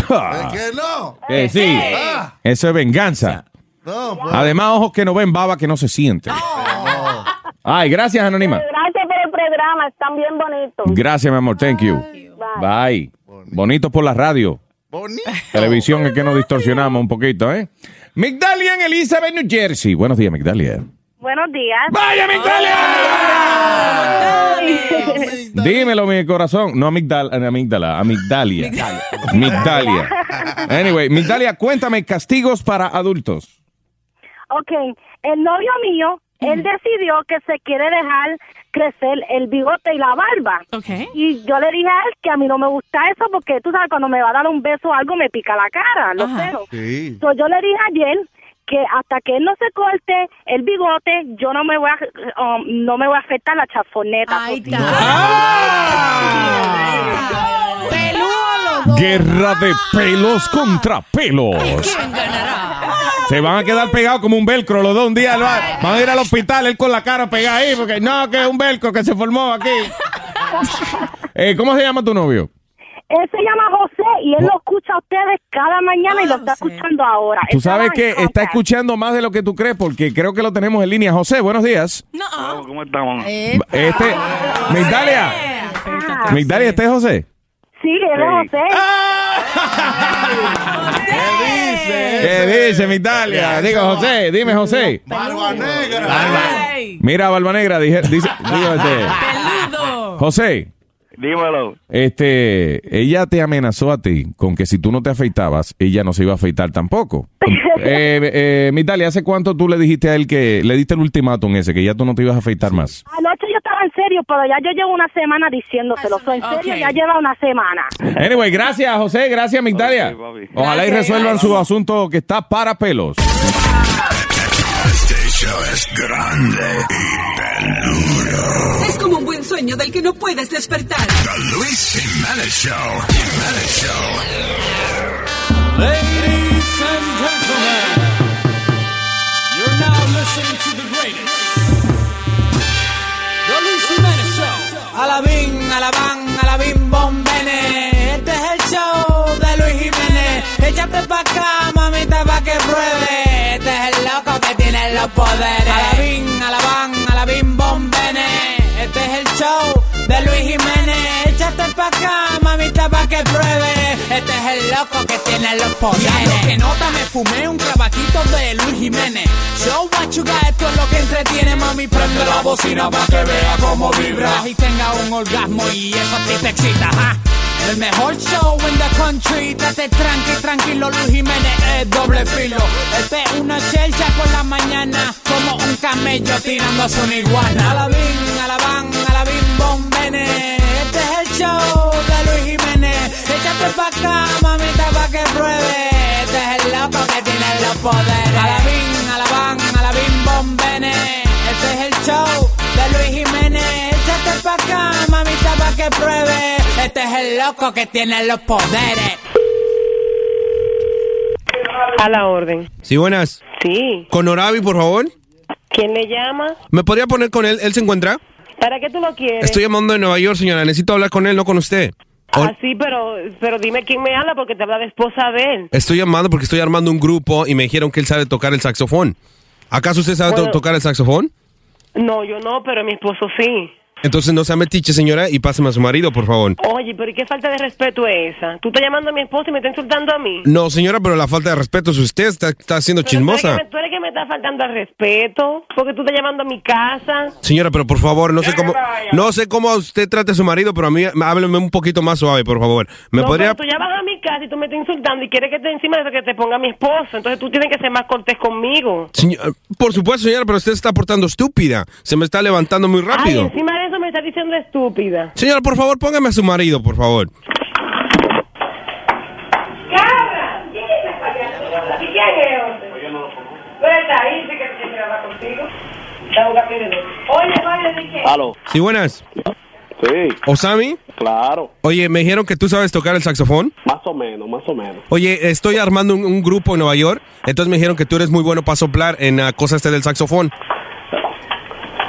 ¿Qué no?
Que Eh, sí,
Ah,
eso es venganza.
no, pues.
Además, ojos que no ven, baba que no se sienten. Ay, gracias, Anónima.
Gracias por el programa, están bien bonitos.
Gracias, mi amor. Thank you. Bye. Bonito por la radio. Televisión es que nos distorsionamos un poquito, ¿eh? Migdalia en Elizabeth, New Jersey. Buenos días, Migdalia.
Buenos días.
¡Vaya,
Migdalia!
Dímelo, mi corazón. No amigdal, eh, amígdala, amigdalia. Migdalia. Anyway, Migdalia, cuéntame castigos para adultos.
Ok, el novio mío, él decidió que se quiere dejar crecer el bigote y la barba. Y yo le dije a él que a mí no me gusta eso porque tú sabes, cuando me va a dar un beso o algo me pica la cara, los pelos.
Sí.
So, yo le dije ayer que hasta que él no se corte el bigote, yo no me voy a, um, no me voy a afectar la chafoneta. Ahí está.
Ah.
Ah.
Guerra de pelos contra pelos. Se van a quedar pegados como un velcro los dos. Un día lo va- van a ir al hospital, él con la cara pegada ahí, porque no, que es un velcro que se formó aquí. Eh, ¿Cómo se llama tu novio?
Él se llama José y él lo escucha a ustedes cada mañana y lo está escuchando ahora.
Tú
Él
sabes
trabaja
que
en
está
Comcast.
escuchando más de lo que tú crees, porque creo que lo tenemos en línea. José, buenos días.
¿Cómo estamos?
Este, Migdalia, Migdalia, este es José.
Sí, él es José.
¿Qué Eh, dice Migdalia? Digo, José, dime, José.
Barba negra.
Mira, Barba Negra, dije- dice, digo, este, José,
Dímelo.
este, ella te amenazó a ti con que si tú no te afeitabas, ella no se iba a afeitar tampoco. Eh, eh, Migdalia, ¿hace cuánto tú le dijiste a él que, le diste el ultimátum ese, que ya tú no te ibas a afeitar más?
Anoche yo estaba en serio, pero ya yo llevo una semana diciéndoselo. Soy en serio, ya lleva una semana.
Anyway, gracias, José, gracias, Migdalia. Ojalá y resuelvan su asunto que está para pelos.
Este show es grande y peludo.
Es como un buen sueño del que no puedes despertar.
The Luis Jiménez Show. Jiménez Show.
Ladies and gentlemen, you're now listening to the greatest. The Luis Jiménez Show. Alabín, alabán, alabín, bombene. Este es el show de Luis Jiménez. Échate pa' acá, mamita, pa' que pruebe. Este es el loco que tiene los poderes. Alabín, alabán, alabín, bombene. Este es el show de Luis Jiménez. Échate pa' acá, mamita, pa' que pruebe. Este es el loco que tiene los poderes. que nota, me fumé un tabaquito de Luis Jiménez. Show guachuga, esto es lo que entretiene, mami. Prende la bocina pa' que vea cómo vibra. Y tenga un orgasmo y eso a ti te excita, ajá. El mejor show in the country, date tranqui, tranquilo, Luis Jiménez es doble filo. Este es una chelcha por la mañana, como un camello tirando su iguana. Alabín, alabán, alabín, bombene. Este es el show de Luis Jiménez. Échate pa' acá, mamita, pa' que pruebe. Este es el loco que tiene los poderes. Alabín, alabán, alabín, bombene. Este es el show de Luis Jiménez. Échate pa' acá, mamita, pa' que pruebe. Este es el loco que tiene los poderes.
A la orden.
Sí, buenas.
Sí.
Con Oravi, por favor.
¿Quién le llama?
¿Me podría poner con él? ¿Él se encuentra?
¿Para qué tú lo quieres?
Estoy llamando de Nueva York, señora. Necesito hablar con él, no con usted. O-
Ah, sí, pero, pero dime quién me habla porque te habla de esposa de él.
Estoy llamando porque estoy armando un grupo y me dijeron que él sabe tocar el saxofón. ¿Acaso usted sabe to-
Bueno.
tocar el saxofón?
No, yo no, pero mi esposo sí.
Entonces no sea metiche, señora, y páseme a su marido, por favor.
Oye, pero ¿y qué falta de respeto es esa? Tú estás llamando a mi esposo y me estás insultando a mí.
No, señora, pero la falta de respeto es usted. Está, está siendo
Pero tú eres que
chismosa.
me- Tú eres que me estás faltando al respeto porque tú estás llamando a mi casa.
Señora, pero por favor, no sé cómo no sé cómo usted trata a su marido, pero a mí hábleme un poquito más suave, por favor. ¿Me
no,
podría
pero tú ya vas a mi casa y tú me estás insultando y quieres que te encima de eso que te ponga mi esposo. Entonces tú tienes que ser más cortés conmigo.
Señor- por supuesto, señora, pero usted se está portando estúpida. Se me está levantando muy
Ay,
rápido.
encima de eso me estás diciendo estúpida.
Señora, por favor, póngame a su marido, por favor.
Aló.
Sí, buenas.
Sí.
¿Osami?
Claro.
Oye, me dijeron que tú sabes tocar el saxofón.
Más o menos, más o menos.
Oye, estoy armando un, un grupo en Nueva York. Entonces me dijeron que tú eres muy bueno para soplar en la cosa este del saxofón.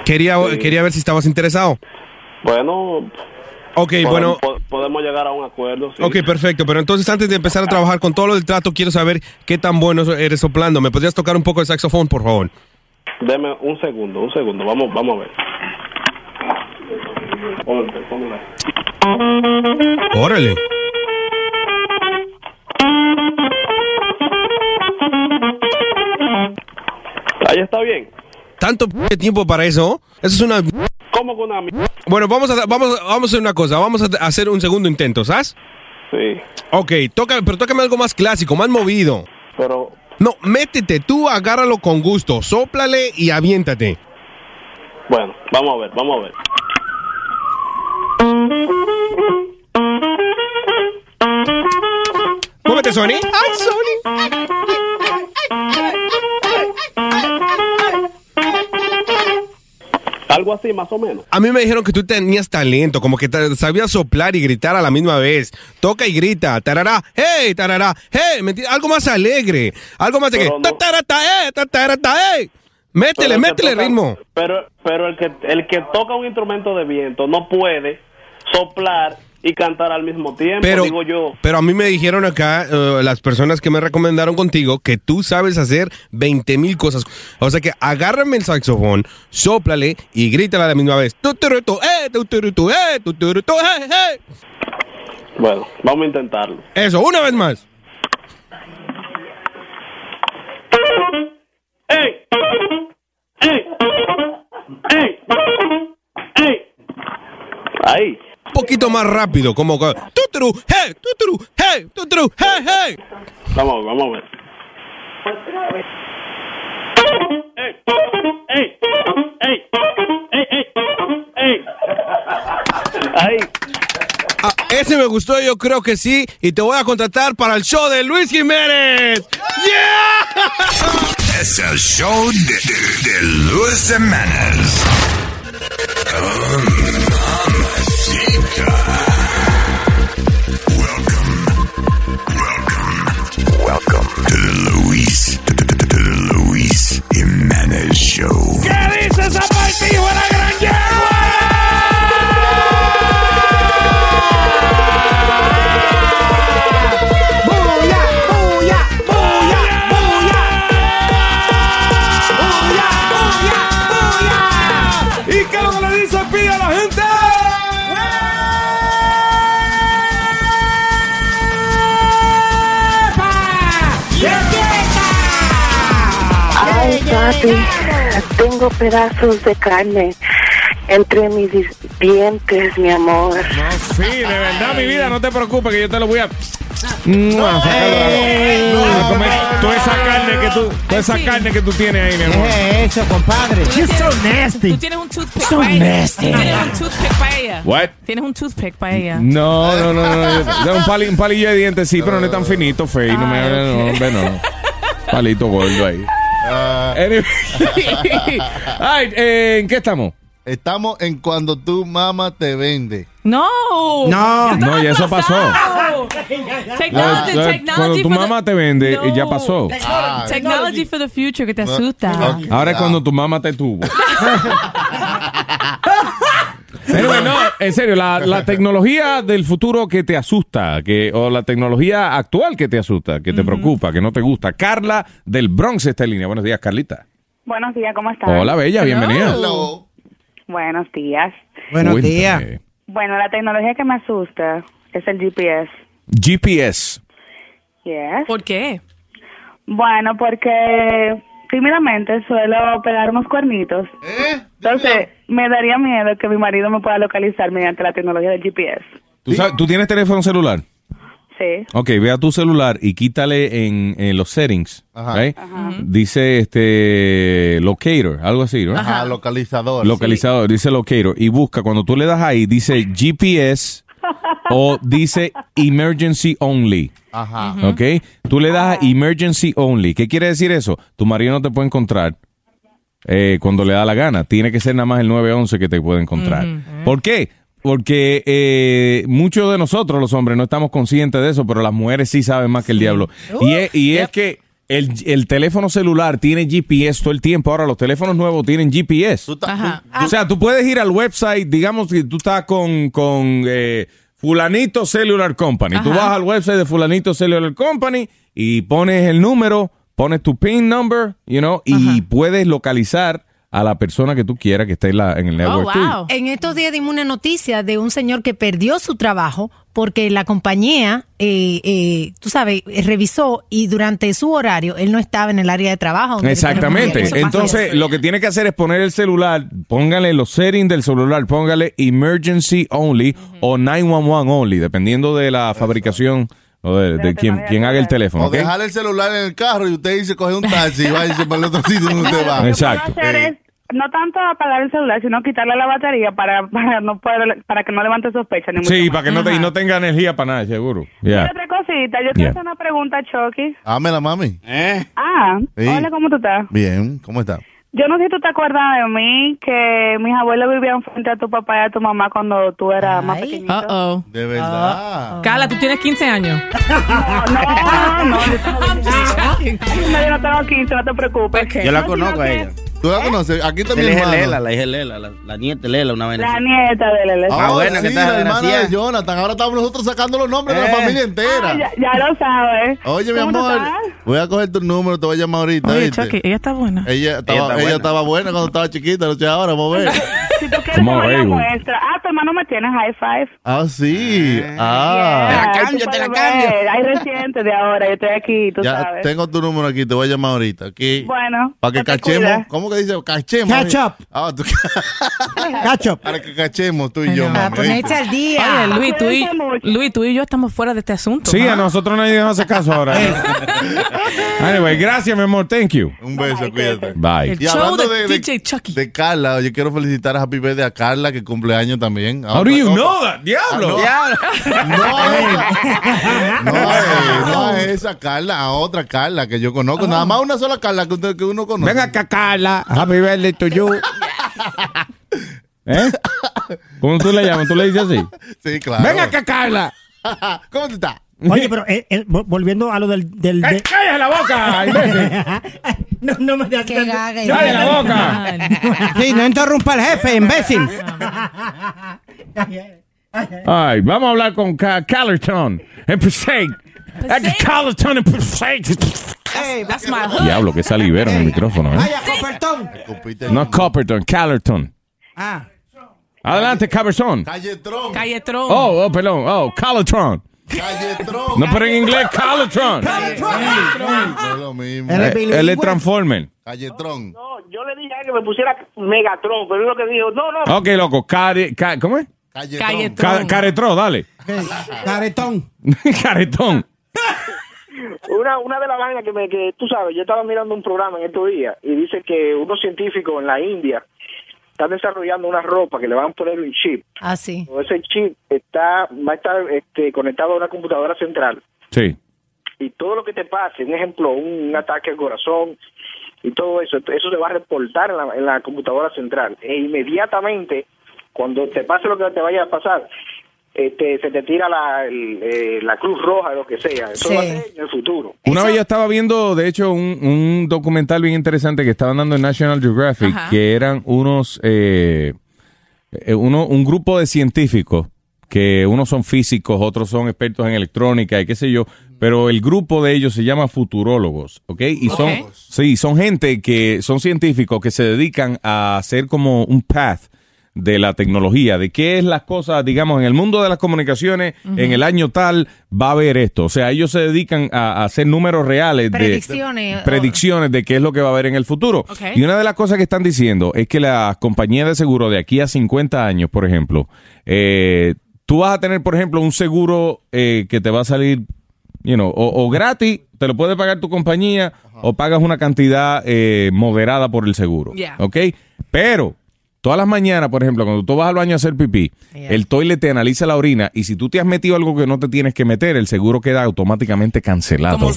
Quería,
Sí.
quería ver si estabas interesado.
Bueno.
Ok,
podemos-
bueno.
po- Podemos llegar a un acuerdo. sí.
Ok, perfecto. Pero entonces antes de empezar a trabajar con todo lo del trato, quiero saber qué tan bueno eres soplando. ¿Me podrías tocar un poco de saxofón, por favor?
Deme un segundo, un segundo. Vamos, vamos a ver. Ponte, ponte la-
Órale.
Ahí está bien.
¿Tanto p- tiempo para eso? Eso es una...
¿Cómo con una mierda?
Bueno, vamos a, vamos, a- vamos a hacer una cosa. Vamos a hacer un segundo intento, ¿sabes?
Sí.
Ok, toca, pero tócame algo más clásico, más movido.
Pero
No, métete, tú agárralo con gusto, sóplale y aviéntate.
bueno, vamos a ver, vamos a ver.
Muévete, Sony. ¡Ay, Sony!
algo así, más o menos.
A mí me dijeron que tú tenías talento, como que ta- sabías soplar y gritar a la misma vez. Toca y grita, tarará, hey, tarará, hey, ¿me entiendes? algo más alegre, algo más de que
Pero no-
ta, tarata, eh, ta, tarata, eh. Métele,
Pero el que
métele
toca-
ritmo.
Pero, pero el que el que toca un instrumento de viento no puede soplar y cantar al mismo tiempo,
Pero,
digo yo.
pero a mí me dijeron acá eh, las personas que me recomendaron contigo que tú sabes hacer 20 mil cosas. O sea que agárrame el saxofón, sóplale y grítala a la misma vez. Tuturutu, eh, tuturutu, eh, tuturutu, eh, eh.
Bueno, vamos a intentarlo.
Eso, una vez más.
¡Ey! ¡Ey! ¡Ey! ¡Ey! Ahí.
Un poquito más rápido, como que- tuturu, hey, tuturu, hey, tuturu, hey, hey.
Vamos, vamos a ver. ¡Ey! ¡Ey! ¡Ey! ¡Ey! ¡Ey!
Ah, ese me gustó, yo creo que sí. Y te voy a contratar para el show de Luis Jiménez. ¡Yeah!
Es el show de, de, de Luis Jiménez. Oh, mamacita. Welcome, welcome, welcome to the Luis, to, to- to- to the Luis Jiménez Show.
¿Qué dices a partir de la gran yegua? ¡Buya, buya, buya, buya! ¡Buya, buya, buya! ¿Y qué es lo que le dice Pía a la gente?
Ay, papi, tengo pedazos de carne entre mis dis- dientes, mi amor.
Sí, de verdad, mi vida, no te preocupes que yo te lo voy a.
No,
eh. Toda esa carne que tú, toda esa carne que tú tienes ahí, mi amor.
Es eso, compadre.
You're so nasty.
Tú tienes un toothpick
So
para ella.
nasty.
Tienes un toothpick para ella.
What?
Tienes un toothpick para ella.
No, no, no, no, yo- no, un, pali- un palillo de dientes sí, pero no es tan finito, fey. No me no, hombre, no. Palito gordo ahí. Anyway. Ay, eh, ¿en qué estamos?
Estamos en cuando tu mamá te vende.
No.
No.
Yo estaba
No, ya eso pasó.
atrasado. Technology,
No, no,
technology
cuando tu
for the-
mamá te vende, eh, ya pasó.
Ah.
Technology for the future que te
No.
asusta.
Ahora es cuando tu mamá te tuvo. Pero no, en serio, la, la tecnología del futuro que te asusta, que, o la tecnología actual que te asusta, que te preocupa, que no te gusta. Carla del Bronx está en línea. Buenos días, Carlita.
Buenos días, ¿cómo estás?
Hola, bella, bienvenida.
Buenos días.
Buenos
días.
Bueno, la tecnología que me asusta es el GPS.
GPS.
¿Por qué?
Bueno, porque tímidamente suelo pegar unos cuernitos.
¿Eh?
Entonces, me daría miedo que mi marido me pueda localizar mediante la tecnología del GPS.
¿Tú, sabes- tú tienes teléfono celular?
Sí.
Ok, ve a tu celular y quítale en, en los settings. right? Dice este locator, algo así, ¿no?
Ajá, localizador.
Localizador, dice locator. Y busca, cuando tú le das ahí, dice GPS o dice emergency only.
Ajá.
¿Ok? Tú le das a emergency only. ¿Qué quiere decir eso? Tu marido no te puede encontrar eh, cuando le da la gana. Tiene que ser nada más el 911 que te puede encontrar. ¿Por qué? Porque eh, muchos de nosotros, los hombres, no estamos conscientes de eso, pero las mujeres sí saben más que el diablo. y es, y es que el, el teléfono celular tiene GPS todo el tiempo. Ahora los teléfonos nuevos tienen GPS.
Ah.
O sea, tú puedes ir al website, digamos que tú estás con, con eh, Fulanito Cellular Company. Tú
Ajá.
vas al website de Fulanito Cellular Company y pones el número, pones tu PIN number, you know, y puedes localizar a la persona que tú quieras que esté en, la, en el
Oh,
network. tuyo.
En estos días dimos una noticia de un señor que perdió su trabajo porque la compañía, eh, eh, tú sabes, eh, revisó y durante su horario él no estaba en el área de trabajo. donde le correspondía.
Exactamente.
Eso pasó.
Entonces, lo que tiene que hacer es poner el celular, póngale los settings del celular, póngale emergency only o 911 only, dependiendo de la fabricación o de, de quien, quien haga el teléfono.
O
¿ok?
dejar el celular en el carro y usted dice, coge un taxi y va y se para el otro sitio donde usted va.
Exacto.
Hacer es no tanto apagar el celular, sino quitarle la batería para, para, no poder- para que no levante sospecha. Ni
Sí,
mucho
para que
más.
no, te, y no tenga energía para nada, seguro.
Y
Ya.
Otra cosita, yo te
Yeah.
hacer una pregunta, Chucky.
Ámela, mami.
¿Eh?
Ah,
Sí.
hola, ¿cómo tú estás?
Bien, ¿cómo está?
Yo no sé si tú te acuerdas de mí, que mis abuelos vivían frente a tu papá y a tu mamá cuando tú eras más pequeñito.
Uh-oh.
De verdad.
Carla, tú tienes 15 años.
No, no, yo tengo 15. No, yo no tengo 15, no te preocupes.
Yo la
No, sino
conozco a
que
ella.
¿Tú la conoces? Aquí está
Se
mi
le dije
hermano.
Lela, la dije Lela, la, la nieta de Lela, una vez.
La nieta de Lele.
Ah, bueno, que
sí,
estás
la hermana
desgraciada.
de Jonathan. Ahora estamos nosotros sacando los nombres de
Eh.
la familia entera.
Ah, ya, ya lo sabes.
Oye, mi
¿Cómo tú
amor,
estás?
voy a coger tu número, te voy a llamar ahorita.
Oye,
¿viste?
Chucky, ella está buena.
Ella estaba,
está
ella
buena.
estaba buena cuando estaba chiquita, no sé ahora, vamos a ver.
Si tú quieres
Come on,
tomar la
baby.
muestra. Ah, tu hermano me tiene high five.
Ah, sí. Ah.
Ah, tú puedes ver. Hay reciente de ahora, yo estoy aquí, tú
Ya
sabes.
tengo tu número aquí, te voy a llamar ahorita, ¿ok?
Bueno.
Para que
no te
cachemos.
cuidas.
¿Cómo que dice? Cachemos.
Catch
mami. Ah, tú... Catch up. Para que cachemos tú y yo, mami. ¿viste?
al día.
Oye, Luis, tú y, Luis, tú y yo estamos fuera de este asunto.
Sí,
¿no?
a nosotros nadie nos hace caso ahora. anyway, gracias, mi amor. Thank you.
Un beso, cuídate.
Bye.
El show de DJ Chucky.
de Carla, yo quiero felicitar a Happy Birthday a Carla, que cumple años también.
How do you know that? Diablo.
Ah, no, no, a esa- no a esa Carla, a otra Carla que yo conozco. Nada más una sola Carla que, usted- que uno conoce.
Venga acá, Carla. Happy birthday to you. ¿Eh? ¿Cómo tú le llamas? ¿Tú le dices así?
Sí, claro.
Venga acá, Carla.
¿Cómo te está?
Oye, pero eh, eh, vol- volviendo a lo del... del de-
¡Cállate ¡Eh, la boca, imbécil!
no, no me dejas...
Qué gaga. y-
¡Cállate la boca!
Sí, no interrumpa al jefe, imbécil.
Ay, vamos a hablar con Ca- Callerton. En Peseg. Callerton en Peseg.
Ey,
That's my hood.
Diablo, que salivero en el micrófono, ¿eh?
vaya, Copertón.
No Copperton, Callerton.
Ah,
Adelante, Callerton.
Calletrón.
Calletrón.
Oh, oh, perdón. Oh, Callerton.
Calletrón.
No, pero en inglés, Callerton.
No es lo mismo.
Eh, Él es Transformer.
Calletrón.
Yo le dije a él que me pusiera Megatron, pero es lo que dijo, no, no.
Ok, loco. Care, ca- ¿Cómo es?
Calletrón.
Ca- Caretró, dale.
caretón.
Caretón.
Una, una de las vainas que, me, que tú sabes, yo estaba mirando un programa en estos días y dice que unos científicos en la India están desarrollando una ropa que le van a poner un chip.
Ah, sí.
O Ese chip está va a estar este, conectado a una computadora central
Sí.
y todo lo que te pase, un ejemplo, un ataque al corazón y todo eso, eso se va a reportar en la, en la computadora central e inmediatamente cuando te pase lo que te vaya a pasar, este, se te tira la, el, eh, la Cruz Roja, lo que sea. Eso
Sí.
va a ser en el futuro.
Una vez yo estaba viendo, de hecho, un, un documental bien interesante que estaban dando en National Geographic,
Ajá.
que eran unos, eh, eh, uno, un grupo de científicos, que unos son físicos, otros son expertos en electrónica y qué sé yo, pero el grupo de ellos se llama futurólogos, ¿ok? Y son,
Ok.
sí, son gente que son científicos que se dedican a hacer como un path de la tecnología, de qué es las cosas, digamos, en el mundo de las comunicaciones, en el año tal va a haber esto. O sea, ellos se dedican a, a hacer números reales de-
Predicciones,
de predicciones de qué es lo que va a haber en el futuro.
Ok.
Y una de las cosas que están diciendo es que las compañías de seguro de aquí a 50 años, por ejemplo, eh, tú vas a tener, por ejemplo, un seguro eh, que te va a salir, you know, o, o gratis, te lo puede pagar tu compañía, o pagas una cantidad eh, moderada por el seguro.
Yeah.
¿Ok? Pero todas las mañanas, por ejemplo, cuando tú vas al baño a hacer pipí, el toilet te analiza la orina y si tú te has metido algo que no te tienes que meter, el seguro queda automáticamente cancelado.
Como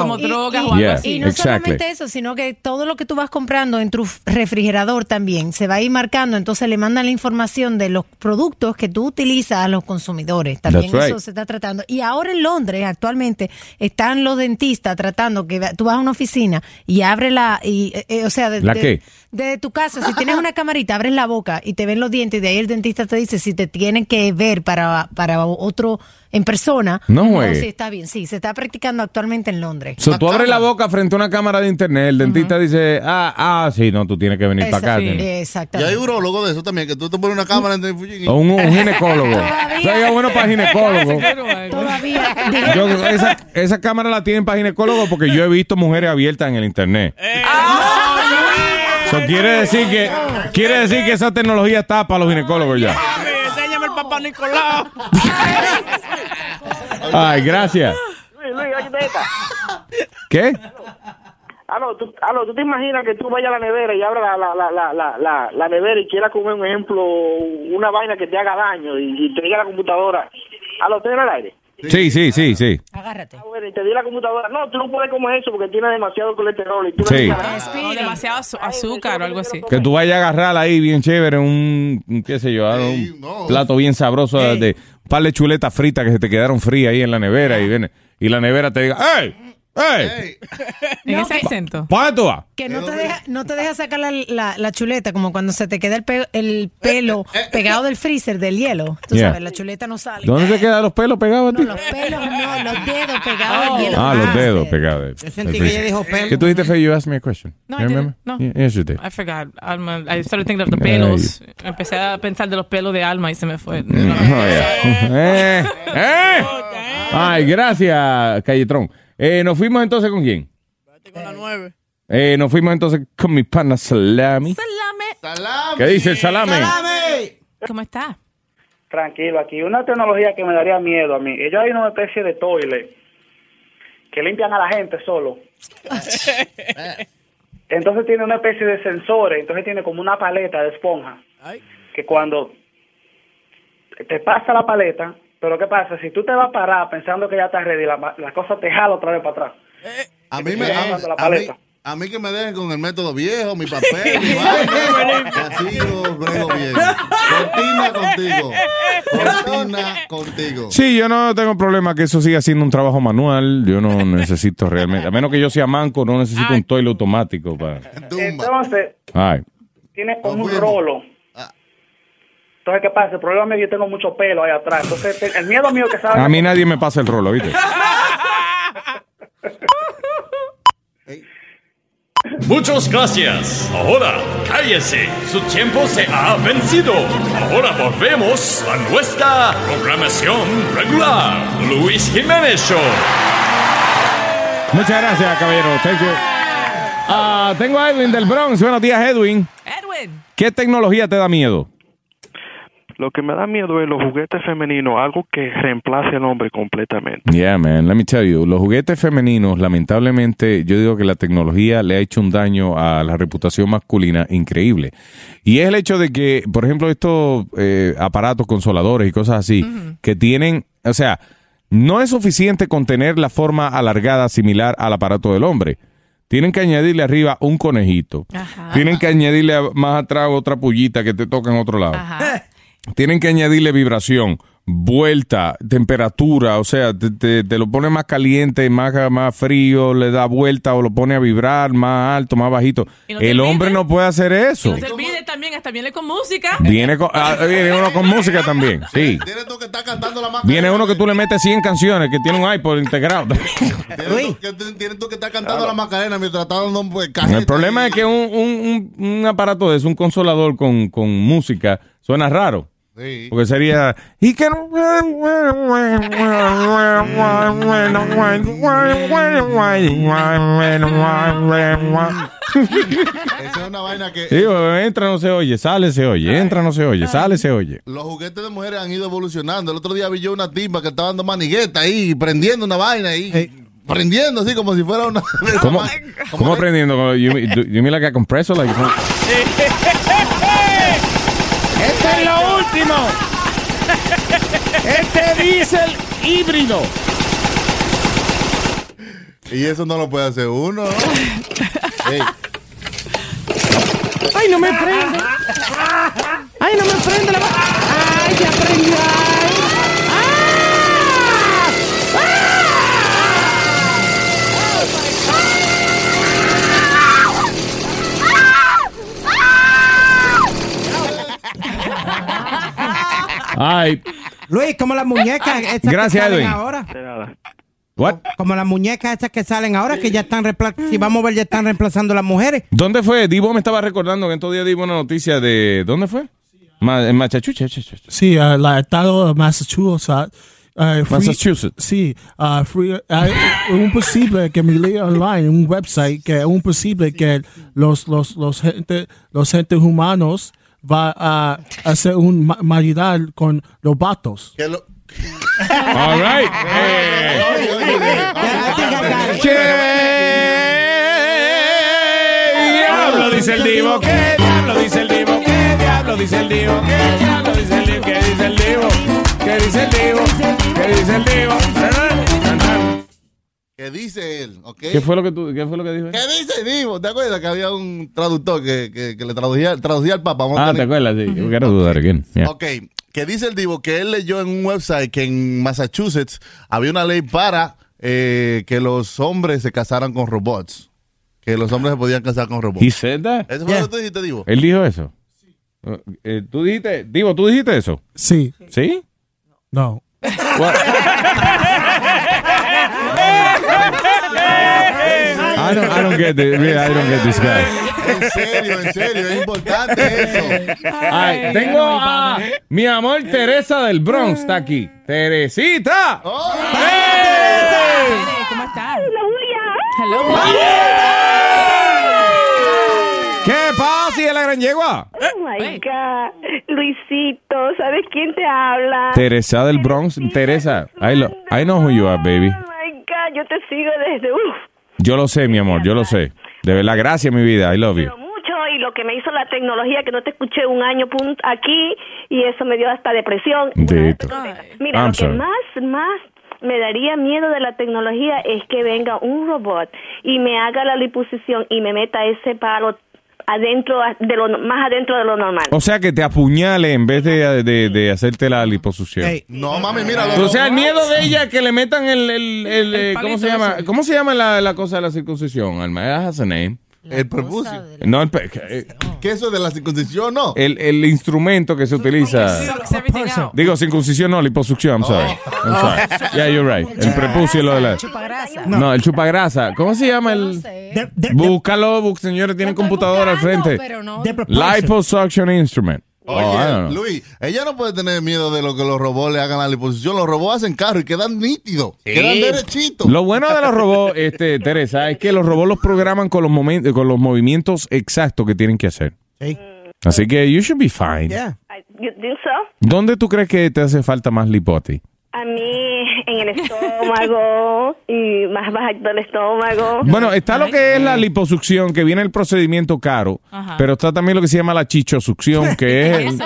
droga, como drogas o algo
Yeah,
así.
Y no
exactly.
solamente eso, sino que todo lo que tú vas comprando en tu f- refrigerador también se va a ir marcando, entonces le mandan la información de los productos que tú utilizas a los consumidores. También
That's right.
eso se está tratando. Y ahora en Londres actualmente están los dentistas tratando que va- tú vas a una oficina y abre la, y, eh, eh, o sea, de,
¿La
de-
qué?
de tu casa, si tienes una camarita, abres la boca y te ven los dientes y de ahí el dentista te dice si te tienen que ver para, para otro en persona.
No
o
juegue.
si está bien, sí, se está practicando actualmente en Londres.
So, tú abres la boca frente a una cámara de internet, el dentista dice, ah, ah, sí, no, tú tienes que venir para acá. tienes-
Y hay
Exactamente.
urólogos de eso también, que tú te pones una cámara en el
O un, un ginecólogo. Sería bueno para ginecólogo.
Todavía.
Yo- esa, esa cámara la tienen para ginecólogo porque yo he visto mujeres abiertas en el internet.
eh,
So, quiere decir que quiere decir que esa tecnología está para los ginecólogos ya.
eh, Enséñame el papá Nicolás.
Ay, gracias.
Luis, Luis, oye esta.
¿Qué?
Aló, tú, aló, ¿tú te imaginas que tú vayas a la nevera y abras la, la, la, la, la, la, la nevera y quieras comer, un ejemplo, una vaina que te haga daño y, y te diga la computadora? Aló, ¿estoy en el aire?
Sí, sí, sí, sí.
Ah, bueno, y te di la computadora, no, tú no puedes comer eso porque tiene demasiado colesterol. Y tú no
Sí.
dices, "Ah,
O demasiado azu- azúcar o algo así.
Que tú vayas a agarrarla ahí bien chévere, un, un qué sé yo, algo, un plato bien sabroso de un par de chuletas fritas que se te quedaron frías ahí en la nevera y viene y la nevera te diga, ¡Ey! ¡Ey!
No,
En ese
que-
acento.
¿Para tú vas?
Que no te,
eh.
deja, no te deja sacar la, la- la chuleta, como cuando se te queda el, pe-
Eh,
el pelo pegado del freezer, del hielo. Tú
Yeah. Eh,
sabes, la chuleta no sale.
¿Dónde te quedan los pelos pegados a ti?
Los pelos no, los dedos pegados al hielo.
ah, los dedos pegados.
Yo sentí que ella dijo pelo.
¿Qué tú dijiste, Fey? You asked me a question.
No,
You
I
remember?
didn't. No.
Yeah, yes, you did.
I forgot. Alma, I started thinking of the pelos. Empecé a pensar de los pelos de Alma y se me fue.
Mm, oh, yeah. eh, eh. Ay, gracias, Calletrón. Eh, ¿Nos fuimos entonces con quién? Eh, nos fuimos entonces con mi pana Salami.
Salame.
¿Qué dice el salame?
¿Cómo está?
Tranquilo, aquí una tecnología que me daría miedo a mí. Ellos hay una especie de toilet que limpian a la gente solo. Entonces tiene una especie de sensores, entonces tiene como una paleta de esponja que cuando te pasa la paleta, pero ¿qué pasa? Si tú te vas a parar pensando que ya estás ready, la, la cosa te jala otra vez para atrás.
A
Que
mí
te
me
siga
a,
dando la
a mí,
paleta.
a mí que me dejen con el método viejo, mi papel, mi vaina. Que Así yo brego bien. Cortina contigo.
Este
Cortina contigo.
Sí, yo no tengo problema que eso siga siendo un trabajo manual. Yo no necesito realmente. A menos que yo sea manco, no necesito un toile automático para.
Entonces,
Ay.
tiene como un rolo. Entonces, ¿qué pasa? El problema es que yo tengo mucho pelo ahí atrás. Entonces, te- el miedo mío que sabe.
A mí nadie me pasa el rolo, ¿viste?
Muchas gracias. Ahora, cállese. Su tiempo se ha vencido. Ahora volvemos a nuestra programación regular. Luis Jiménez Show.
Muchas gracias, caballero. Thank you. Ah, tengo a Edwin del Bronx. Buenos días, Edwin.
Edwin.
¿Qué tecnología te da miedo?
Lo que me da miedo es los juguetes femeninos, algo que reemplace al hombre completamente.
Yeah, man. Let me tell you. Los juguetes femeninos, lamentablemente, yo digo que la tecnología le ha hecho un daño a la reputación masculina increíble. Y es el hecho de que, por ejemplo, estos eh, aparatos consoladores y cosas así, que tienen, o sea, no es suficiente con tener la forma alargada similar al aparato del hombre. Tienen que añadirle arriba un conejito. Tienen que añadirle a- más atrás otra pullita que te toca en otro lado. Tienen que añadirle vibración, vuelta, temperatura, o sea, te, te- te lo pone más caliente, más, más frío, le da vuelta o lo pone a vibrar más alto, más bajito.
Y no te
El hombre no puede hacer eso.
No te olvides también, hasta viene con música.
Viene, con- ah, viene uno con música también, sí. Viene uno que tú le metes 100 canciones, que tiene un iPod integrado.
Tienes tú que estar cantando la macarena mientras estás dando un pues,
El problema es que un, un- un- un aparato de eso, un consolador con, con música, suena raro.
Sí.
Porque sería... Y que no...
Esa es una vaina que
Sí, entra, no se oye, sale, se oye, entra, no se oye, sale, se oye.
los juguetes de mujeres han ido evolucionando. El otro día vi yo una tipa que estaba dando manigueta ahí, prendiendo una vaina ahí. Prendiendo así como si fuera una...
¿Cómo, ¿cómo aprendiendo? You, mean- do- you mean like a compressor? Like-
Este es lo último. Este diésel híbrido.
Y eso no lo puede hacer uno. ¿no? Ey,
Ay, no me prende. Ay, no me prende la ma- Ay, ya prendió. Ay. ¡Ah!
Ay,
Luis, como las muñecas esas
Gracias,
que salen
Edwin.
ahora.
What?
Como las muñecas esas que salen ahora, que ya están reemplazando, si vamos a ver, ya están reemplazando las mujeres.
¿Dónde fue? Divo me estaba recordando que en todo día Divo una noticia de... ¿Dónde fue? Ma- en Machachucha. chachucha.
Sí, eh, la estado de Massachusetts. eh, fui-
Massachusetts.
Sí, ah, fui- hay un posible que me leí online, un website, que es un posible que los, los, los, gente, los gentes humanos va a hacer un ma- maridal con los vatos.
All right.
Ah,
¡Eh, ¿Qué diablo dice el Divo? eh, ¿Qué diablo dice el Divo? ¿Qué diablo dice el Divo? ¿Qué diablo dice el Divo? ¿Qué dice el Divo? ¿Qué dice el Divo? ¿Qué dice el Divo?
que dice él, ¿ok?
¿Qué fue lo que tú, qué fue lo que dijo? él?
¿Qué dice Divo? ¿Te acuerdas que había un traductor que, que- que le traducía, traducía al Papa? Vamos a
Ah, ¿te
tener-
acuerdas? Sí, yo quiero dudar again. Yeah.
Ok, que dice el Divo que él leyó en un website que en Massachusetts había una ley para eh, que los hombres se casaran con robots. Que los hombres se podían casar con robots.
He said that?
Eso fue lo que tú dijiste, Divo.
Él dijo eso. Eh, eh, ¿Tú dijiste, Divo, tú dijiste eso?
Sí.
¿Sí?
No.
I don't, I don't get this. really, I don't get this guy.
En serio, en serio, es importante eso.
Ay, tengo a mi amor Teresa del Bronx, está aquí. Teresita.
Oh.
¿Cómo estás?
¿Qué pasa, hija de la gran yegua?
Oh my God. Luisito, ¿sabes quién te habla?
Teresa del Bronx, Teresa. I, lo- I know who you are, baby.
Oh my God, yo te sigo desde uf,
Yo lo sé, mi amor, yo lo sé. De verdad, gracias, mi vida. I love you.
mucho y lo que me hizo la tecnología que no te escuché un año pun- aquí y eso me dio hasta depresión.
Dito.
Mira,
I'm
lo
sorry.
que más, más me daría miedo de la tecnología es que venga un robot y me haga la liposucción y me meta ese palo adentro de lo más adentro de lo normal.
O sea que te apuñale en vez de, de- de hacerte la liposucción.
No, mami, mira.
O sea, el miedo de ella que le metan el, el, el, eh, ¿cómo se llama? ¿Cómo se llama la, la cosa de la circuncisión, Alma? It has a name.
El prepucio.
No, el, pe- eh,
¿Qué eso de la circuncisión? No.
el, el instrumento que se utiliza.
Sucks everything out.
Digo, circuncisión no, liposucción, I'm sorry. I'm sorry. Yeah, you're right. El prepucio y lo de la...
Chupagrasa.
No, el chupagrasa. ¿Cómo se llama el...? Búscalo, bu- señores, tienen computadora al frente. Liposuction instrument.
Oye,
Oh, I don't know.
Luis, ella no puede tener miedo de lo que los robots le hagan a la liposucción. Los robots hacen carro y quedan nítidos. Quedan derechitos.
Lo bueno de los robots, este, Teresa, es que los robots los programan con los momentos, con los movimientos exactos que tienen que hacer. Así que you should be fine.
I- you think so?
¿Dónde tú crees que te hace falta más lipo a ti?
A mí en el estómago y más bajito del estómago.
Bueno, está lo que es la liposucción, que viene el procedimiento caro,
Ajá.
pero está también lo que se llama la chichosucción, que es el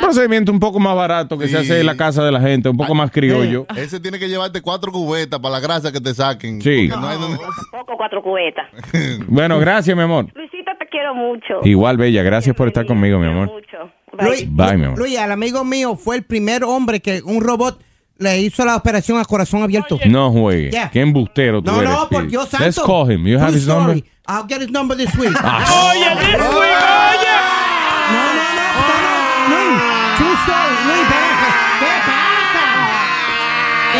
procedimiento un poco más barato que se hace en la casa de la gente, un poco más criollo.
Ese tiene que llevarte cuatro cubetas para la grasa que te saquen.
Sí.
Porque no hay donde-
Poco cuatro cubetas.
Bueno, gracias, mi amor.
Luisito, te quiero mucho.
Igual, bella, gracias por estar conmigo, mi amor.
Luis,
Bye, mi amor.
Luis, el amigo mío fue el primer hombre que un robot le hizo la operación a corazón abierto.
No juegue.
Yeah.
Qué embustero tú
No,
eres.
no, por
Pete.
Dios
Let's
santo.
call him. You have
True
his number.
story. I'll get his number this week.
Ah.
Oye, this week,
oye.
No, no, no, no, no, Luis, true story. Luis, espérate.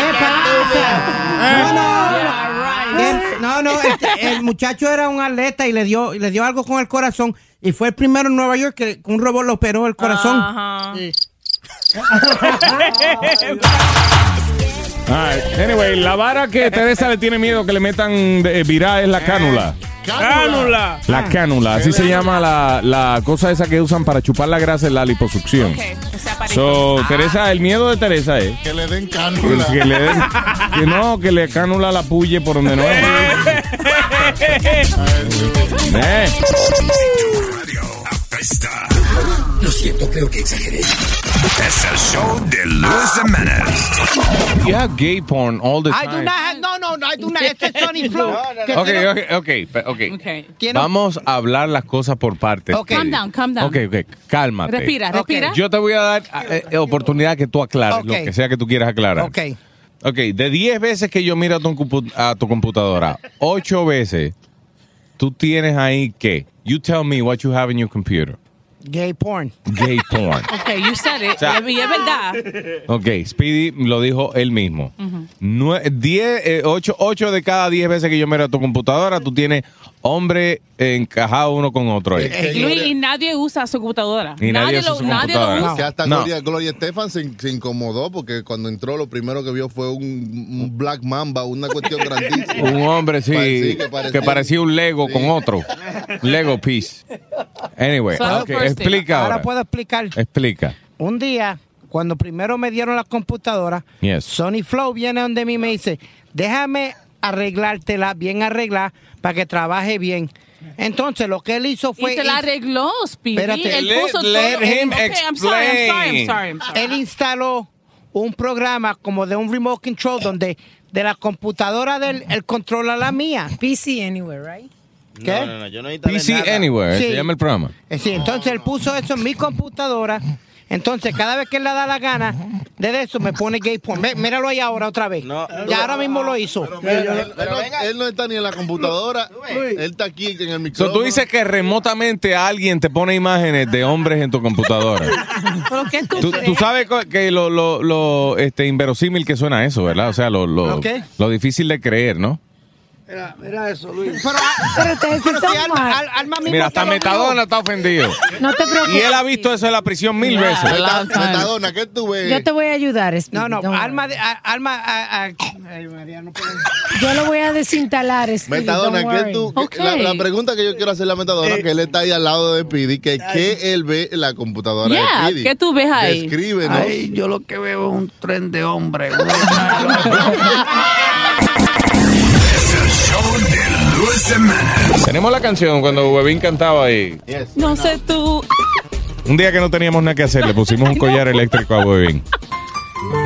¿qué pasa? ¿Qué pasa? Ah, No, no. El- no, no, este, el muchacho era un atleta y le dio y le dio algo con el corazón y fue el primero en Nueva York que un robot lo operó el corazón.
Ah.
All right. Anyway, la vara que Teresa le tiene miedo que le metan de- eh, virá es la cánula.
Cánula.
La
Ah.
cánula, así se llama la, la cosa esa que usan para chupar la grasa en la liposucción. So, Ah. Teresa, el miedo de Teresa es
Que le den
que,
cánula.
que le den- que no, que le cánula la puye por donde no es. Eh.
Lo siento, creo que exageré. Es el show de Luis Jiménez.
You have gay porn all the
I do
time.
not have, no, no, no, I do not. Este es Sony Flow. Que
Ok,
tiene-
ok, ok, pe- ok.
Quiero-
Vamos a hablar las cosas por partes.
Ok. Calm down, calm down.
Ok, ok, cálmate.
Respira,
Ok.
respira.
Yo te voy a dar eh, eh, oportunidad que tú aclares
Ok.
lo que sea que tú quieras aclarar.
Ok.
Ok, de 10 veces que yo miro a tu, compu- a tu computadora, 8 veces tú tienes ahí que, you tell me what you have in your computer.
Gay porn.
Gay porn.
Okay, you said
O sea-
y es verdad.
Ok, Speedy lo dijo él mismo.
Ujú.
8 de cada 10 veces que yo miro a tu computadora, tú tienes hombre encajado uno con otro. ahí.
Eh,
Luis, y nadie usa su computadora.
Ni nadie usa su
nadie lo
computadora.
usa.
Ah, Que hasta
No.
Gloria, Gloria Estefan se, se incomodó porque cuando entró lo primero que vio fue un, un Black Mamba, una cuestión grandísima.
Un hombre, sí,
Parecía
que,
que
parecía,
parecía-
un Lego con otro. Lego piece. Anyway,
So,
ok, explica ahora.
Ahora puedo explicar.
Explica.
Un día, cuando primero me dieron la computadora,
Yes.
Sony Flow viene donde mí y me dice, déjame arreglártela, bien arreglada, para que trabaje bien. Entonces, lo que él hizo fue...
Y te la arregló, Speedy.
Espérate.
Él puso todo. Ok, I'm sorry, I'm sorry, I'm sorry, I'm sorry.
Él instaló un programa como de un remote control donde de la computadora del el controla la mía.
PC Anywhere, right?
¿Qué?
No, no, no, yo no necesito
PC Anywhere,
Sí.
se llama el programa.
Eh, Sí, entonces él puso eso en mi computadora. Entonces, cada vez que él le da la gana de eso, me pone gay porn. Ve, míralo ahí ahora otra vez. ya ahora mismo lo hizo.
él, no, él no está ni en la computadora, él está aquí en el
So,
micrófono.
tú dices que remotamente alguien te pone imágenes de hombres en tu computadora.
¿Pero qué tú,
Tú, tú sabes co- que lo, lo, lo, este, inverosímil que suena eso, ¿verdad? O sea, lo, lo,
¿Lo qué?
lo difícil de creer, ¿no?
Mira, eso, Luis. Pero, ah, pero, si Alma, Al- Alma mismo
Mira, hasta
que lo
Metadona está ofendido.
No te preocupes.
Y él ha visto eso en la prisión mil
Yeah,
veces.
a long time. Metadona,
¿qué tú
eh.
Yo te voy a ayudar,
No, no,
Alma,
Alma, de- a- Alma, a- a- Ay, María, no puedo.
Yo lo voy a desinstalar, Speedy,
Metadona,
don't
¿qué
worry.
tú, que- la, la pregunta que yo quiero hacerle a Metadona, que él está ahí al lado de Pidi, que ¿qué él ve en la computadora
Yeah,
de Pidi?
¿qué tú ves ahí?
Describe, ¿no?
Ay,
yo lo que veo es un tren de hombre.
Tenemos la canción cuando Webin cantaba ahí.
No sé tú.
Un día que no teníamos nada que hacer, le pusimos un collar eléctrico a Webin.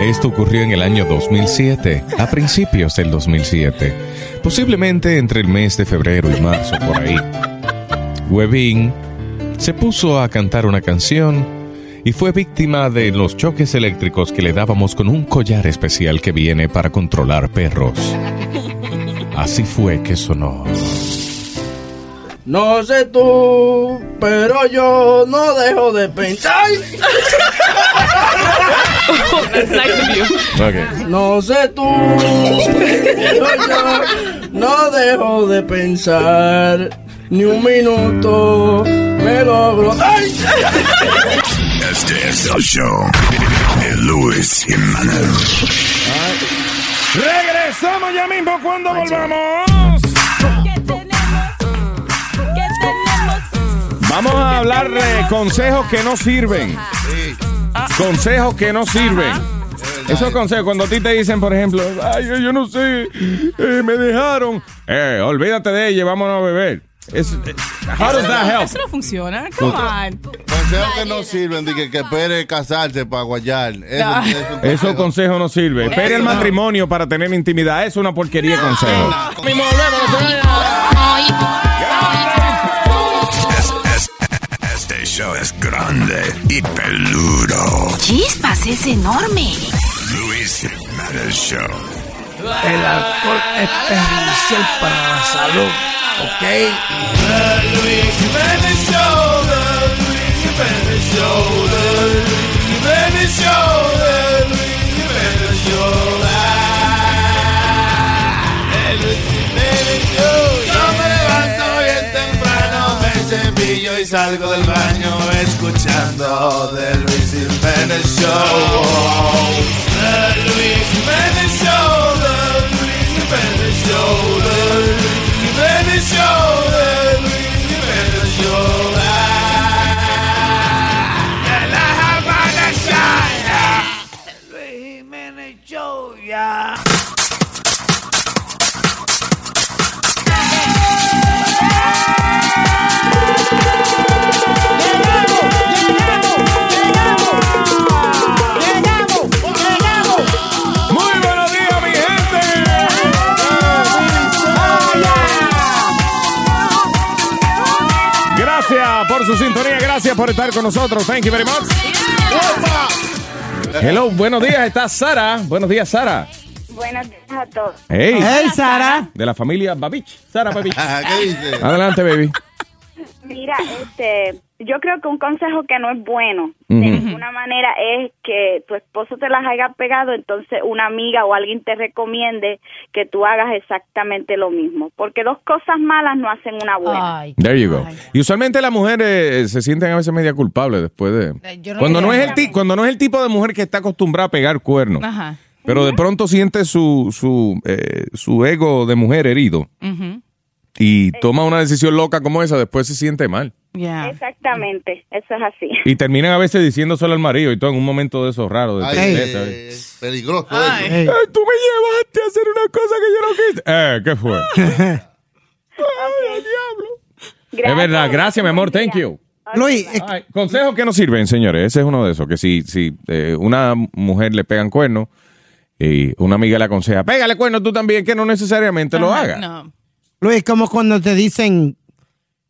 Esto ocurrió en el año 2007, a principios del 2007, posiblemente entre el mes de febrero y marzo, por ahí. Webin se puso a cantar una canción y fue víctima de los choques eléctricos que le dábamos con un collar especial que viene para controlar perros. Así fue que sonó.
No sé tú, pero yo no dejo de pensar. No sé tú, pero yo no dejo de pensar. Ni un minuto me logro. ¡Ay!
Este es el show de Luis Jiménez.
Regresamos ya mismo cuando volvamos. Vamos a hablar de consejos que no sirven. Consejos que no sirven. Esos consejos, cuando a ti te dicen, por ejemplo, ay, yo, yo no sé, eh, me dejaron. Eh, olvídate de ella, vámonos a beber. Es, eh, how does
Eso
that
no-
help?
Eso no funciona. Come on.
Consejos que no sirven, de que, que espere casarse para guayar. Eso,
Ah.
eso es un
Esos consejos no sirven. Espera el matrimonio para tener intimidad. Es una porquería de consejo.
Mismo Este show es grande y peludo.
Chispas, es enorme.
Luis Jiménez Show.
El alcohol es perjudicial para la salud, ¿ok?
Yo me levanto bien temprano, me cepillo y salgo del baño escuchando The Luis Jiménez Show. The Luis Jiménez Show, The Luis Jiménez Show, The Luis Jiménez Show, The Luis Jiménez Show. Ah, de la Habana Shine, ah.
Muy buenos días, mi gente. Gracias por su sintonía, gracias por estar con nosotros. Thank you very much. Hello, buenos días, está Sara. Buenos días, Sara.
Buenos días a todos.
Hey.
Hey,
Sara. De la familia Babich. Sara Babich.
Ah, ¿Qué dice?
Adelante, baby.
Mira, este, yo creo que un consejo que no es bueno
Ujú.
de
Mm-hmm.
ninguna manera es que tu esposo te las haya pegado, entonces una amiga o alguien te recomiende que tú hagas exactamente lo mismo, porque dos cosas malas no hacen una buena.
There you go. Y usualmente las mujeres eh, se sienten a veces media culpables después
Eh,
de.
yo no
cuando, no
diría
es el ti- cuando no es el tipo de mujer que está acostumbrada a pegar cuernos.
Ajá.
Pero de pronto siente su, su, eh, su ego de mujer herido
Ujú.
y toma una decisión loca como esa, después se siente mal.
Exactamente, eso es así.
Y terminan a veces diciendo solo al marido y todo en un momento de esos raros. De
Ay,
tristeza, ¿eh?
peligroso.
Ay, tú me llevaste a hacer una cosa que yo no quise. Eh, ¿qué fue? Es verdad, gracias, mi amor, thank you.
Luis,
Ay, eh, consejos que no sirven, señores. Ese es uno de esos, que si, si eh, una mujer le pegan cuernos eh, una amiga le aconseja, pégale cuerno tú también, que no necesariamente lo haga.
Luis, como cuando te dicen,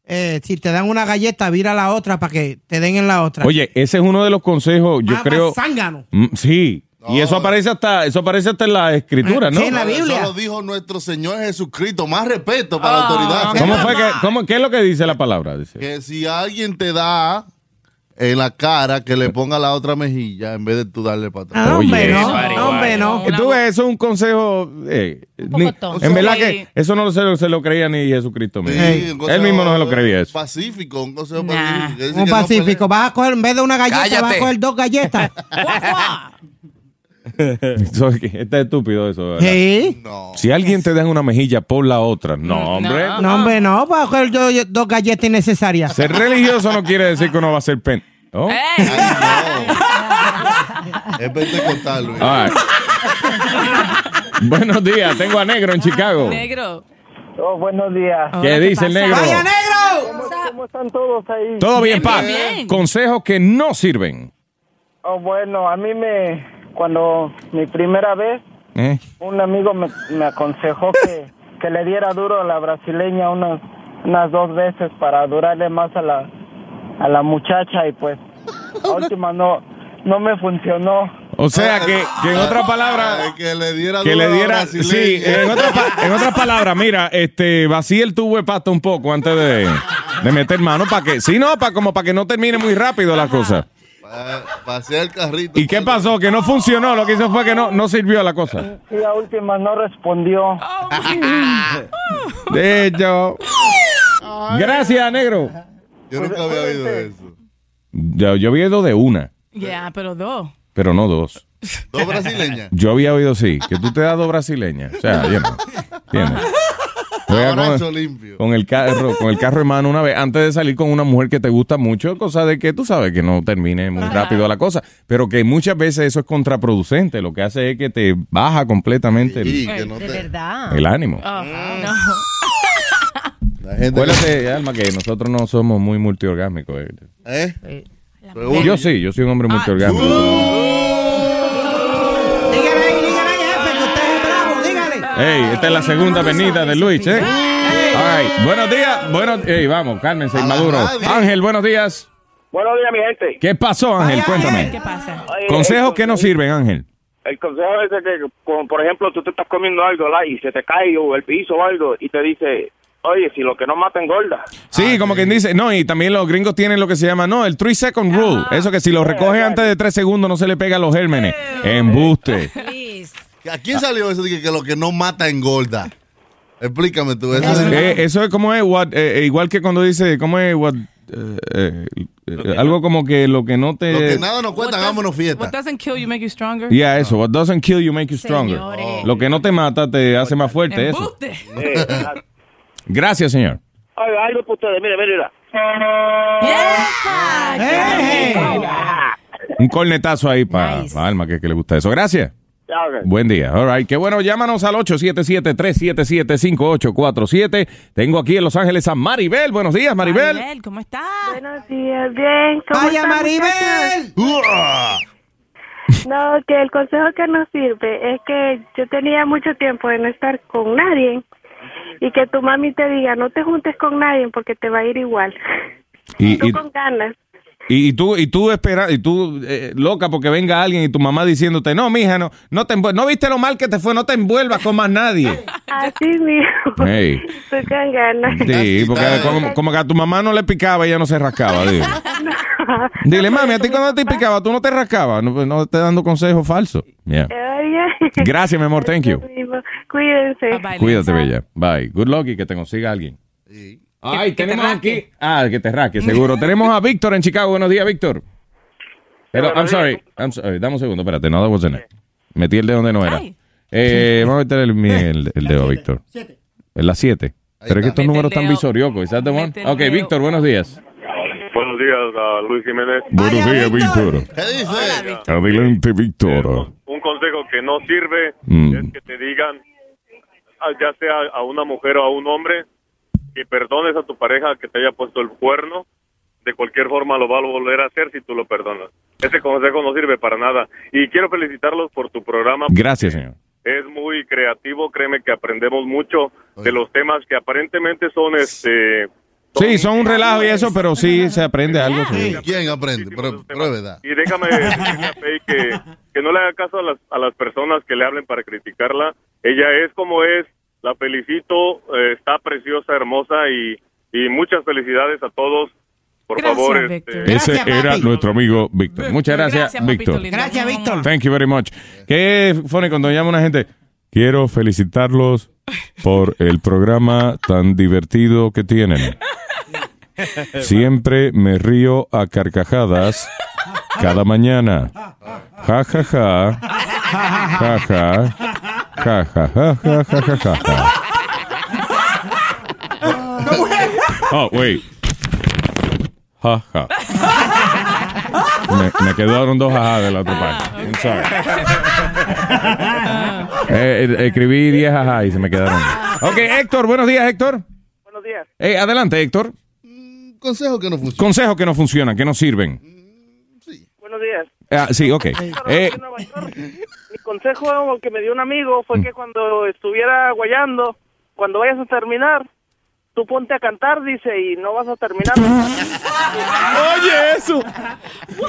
eh, si te dan una galleta, vira la otra para que te den en la otra.
Oye, ese es uno de los consejos, yo
Más- más
creo.
zángano.
Mm, Sí. Y eso aparece hasta, eso aparece hasta en la escritura, ¿no?
Eso lo dijo nuestro Señor Jesucristo. Más respeto para
Ah.
la autoridad.
¿Cómo fue que, cómo- qué es lo que dice la palabra? Dice,
Que si alguien te da en la cara, que le ponga la otra mejilla en vez de tú darle para atrás.
Oye,
Ah, hombre, no.
Tú ves, eso es un consejo. eh, ni-
tonto.
en verdad
Sí.
que eso no se, lo- se lo creía ni Jesucristo mismo.
Sí, un
Él
consejo
mismo no se lo creía eso.
Pacífico, un consejo pacífico. que dice
Un
que no
pacífico, vas a coger, en vez de una galleta, vas a
Cállate.
coger dos galletas.
Eso es que- Está estúpido eso. ¿verdad?
Sí.
Si alguien te da una mejilla por la otra, no, hombre.
No, hombre, no, vas a coger dos, dos galletas innecesarias.
Ser religioso no quiere decir que uno va a ser pen. ¿Oh? ¿no? Eh.
Es pentecostal, Luis.
All right. Buenos días, tengo a Negro en Chicago.
Negro.
Oh, buenos días.
¿Qué dice el negro? ¡Vaya,
negro! ¿Cómo, cómo están todos ahí?
Todo bien, pa. Consejos que no sirven.
Oh, bueno, a mí me... Cuando mi primera vez,
¿eh?
un amigo me, me aconsejó que, que le diera duro a la brasileña unas, unas dos veces para durarle más a la, a la muchacha y pues la última no, no me funcionó.
O sea que, que en otras palabras,
Ay, que le diera
que
duro a
le
eh. la
diera,
brasileña.
sí, en otras pa- en otras palabras, mira, este, vacía el tubo de pasta un poco antes de, de meter mano para que, si no, para como para que no termine muy rápido la cosa.
Pa- Pasea el Eh, carrito.
¿Y qué pasó? Que no funcionó, lo que hizo fue que no, no sirvió la cosa.
Y la última no respondió.
De hecho, gracias, negro.
Yo nunca había oído eso.
Yo, yo había oído de una,
Ya, pero dos.
pero no dos.
Dos brasileñas.
Yo había oído, sí, que tú te das dos brasileñas. O sea, bien, bien. Juega
Abrazo
con, con el carro, con el carro en mano una vez, antes de salir con una mujer que te gusta mucho, cosa de que tú sabes que no termine muy rápido la cosa, pero que muchas veces eso es contraproducente, lo que hace es que te baja completamente el,
de verdad.
el ánimo.
Ajá, no.
Acuérdate, Alma, que nosotros no somos muy multiorgásmicos. eh.
¿Eh?
Yo sí, yo soy un hombre multiorgásmico. Uh. Ey, esta es la segunda venida de Luis, ¿eh? All right. Buenos días. Buenos, ey, vamos, cálmense, Maduro. Ángel, buenos días.
Buenos días, mi gente.
¿Qué pasó, Ángel? Cuéntame.
pasa?
Consejos que no sirven, Ángel.
El consejo es de que, como, por ejemplo, tú te estás comiendo algo ¿verdad? y se te cae o el piso o algo y te dice, oye, si lo que no mata engorda.
Sí, como quien dice, no, y también los gringos tienen lo que se llama, no, el 3 second rule. Eso que si lo recoge antes de 3 segundos no se le pega a los gérmenes. Embuste.
¿A quién salió eso de que, que lo que no mata engorda? Explícame tú eso.
Eh, eso es como es, what- eh, eh, igual que cuando dice, ¿cómo es? what- eh, eh, eh, algo como que lo que no te...
Lo que nada nos cuenta,
What does-
hagámonos fiesta.
What doesn't kill you make you stronger.
Ya, eso. What doesn't kill you make you stronger.
Señores.
Lo que no te mata te hace más fuerte. Eso.
Embuste.
Eh,
Gracias, señor.
Ay, algo para ustedes, mire, mire, mira.
Eh,
Un cornetazo ahí para Alma, que, que le gusta eso. Gracias.
Ya, ok.
Buen día. All right. Qué bueno. Llámanos al 877-377-5847. Tengo aquí en Los Ángeles a Maribel. Buenos días, Maribel.
Maribel, ¿cómo estás?
Buenos días, bien.
¿cómo
¡Vaya,
están,
Maribel!
No, que el consejo que nos sirve es que yo tenía mucho tiempo de no estar con nadie y que tu mami te diga no te juntes con nadie porque te va a ir igual.
Y,
Tú
y,
con ganas.
y- y tú, y tú espera, y tú eh, loca porque venga alguien y tu mamá diciéndote, no, mija, no, no te envuel- no viste lo mal que te fue, no te envuelvas con más nadie.
Así mismo.
Hey.
Tú con ganas.
Sí, porque como, como que a tu mamá no le picaba, ella no se rascaba. Digo. Dile, mami, a ti cuando te picaba, tú no te rascabas. No, pues, no te dando consejos falsos. Yeah.
Oye.
Gracias, mi amor. Thank you.
mismo. Cuídense.
Eh,
Cuídate, bella. Bye. Good luck y que te consiga alguien. Ay, tenemos aquí. Ah, que te rasque, seguro. tenemos a Víctor en Chicago. Buenos días, Víctor. Pero, I'm sorry. I'm sorry. Dame un segundo, espérate. No, that wasn't it. Metí el dedo donde no era. Eh, vamos a meter el, mi- el, el dedo, Víctor. Es la 7. Pero es que estos números están visoriocos. ¿Is that the one? Ok, Víctor, buenos días.
Buenos días, a Luis Jiménez.
Buenos días, Víctor. Adelante, Víctor.
Un consejo que no sirve
Mm.
es que te digan, ah, ya sea a una mujer o a un hombre, que perdones a tu pareja que te haya puesto el cuerno. De cualquier forma lo va a volver a hacer si tú lo perdonas. Ese consejo no sirve para nada. Y quiero felicitarlos por tu programa.
Gracias, señor.
Es muy creativo, créeme que aprendemos mucho de los temas que aparentemente son este
Sí, son un relajo y eso, pero sí se aprende algo. sí.
¿Quién aprende? Pero, pero es verdad.
Y déjame decirle a Faye que, que no le haga caso a las, a las personas que le hablen para criticarla. Ella es como es, la felicito, eh, está preciosa, hermosa y, y muchas felicidades a todos. Por favor, este,
Ese era nuestro amigo Víctor. Muchas gracias,
Gracias, papito
Víctor.
lindo. Gracias, Víctor.
Thank you very much. Qué funny cuando llama una gente. Quiero felicitarlos por el programa tan divertido que tienen. Siempre me río a carcajadas cada mañana. Ja ja ja. Ja ja. Ja ja ja ja ja ja, ja, ja. Oh, wait. Ja ja. Me, me quedaron dos jajas de la otra parte. I'm sorry. Eh, eh, escribí 10 jajas y se me quedaron.
Ah.
Ok, Héctor, buenos días, Héctor.
Buenos días.
Eh, adelante, Héctor.
Consejo que no funciona.
Consejos que no funcionan, que no sirven.
Buenos días.
Ah, sí, ok. Eh,
Mi consejo que me dio un amigo fue que cuando estuviera guayando, cuando vayas a terminar, tú ponte a cantar, dice, y no vas a terminar.
Oye, eso.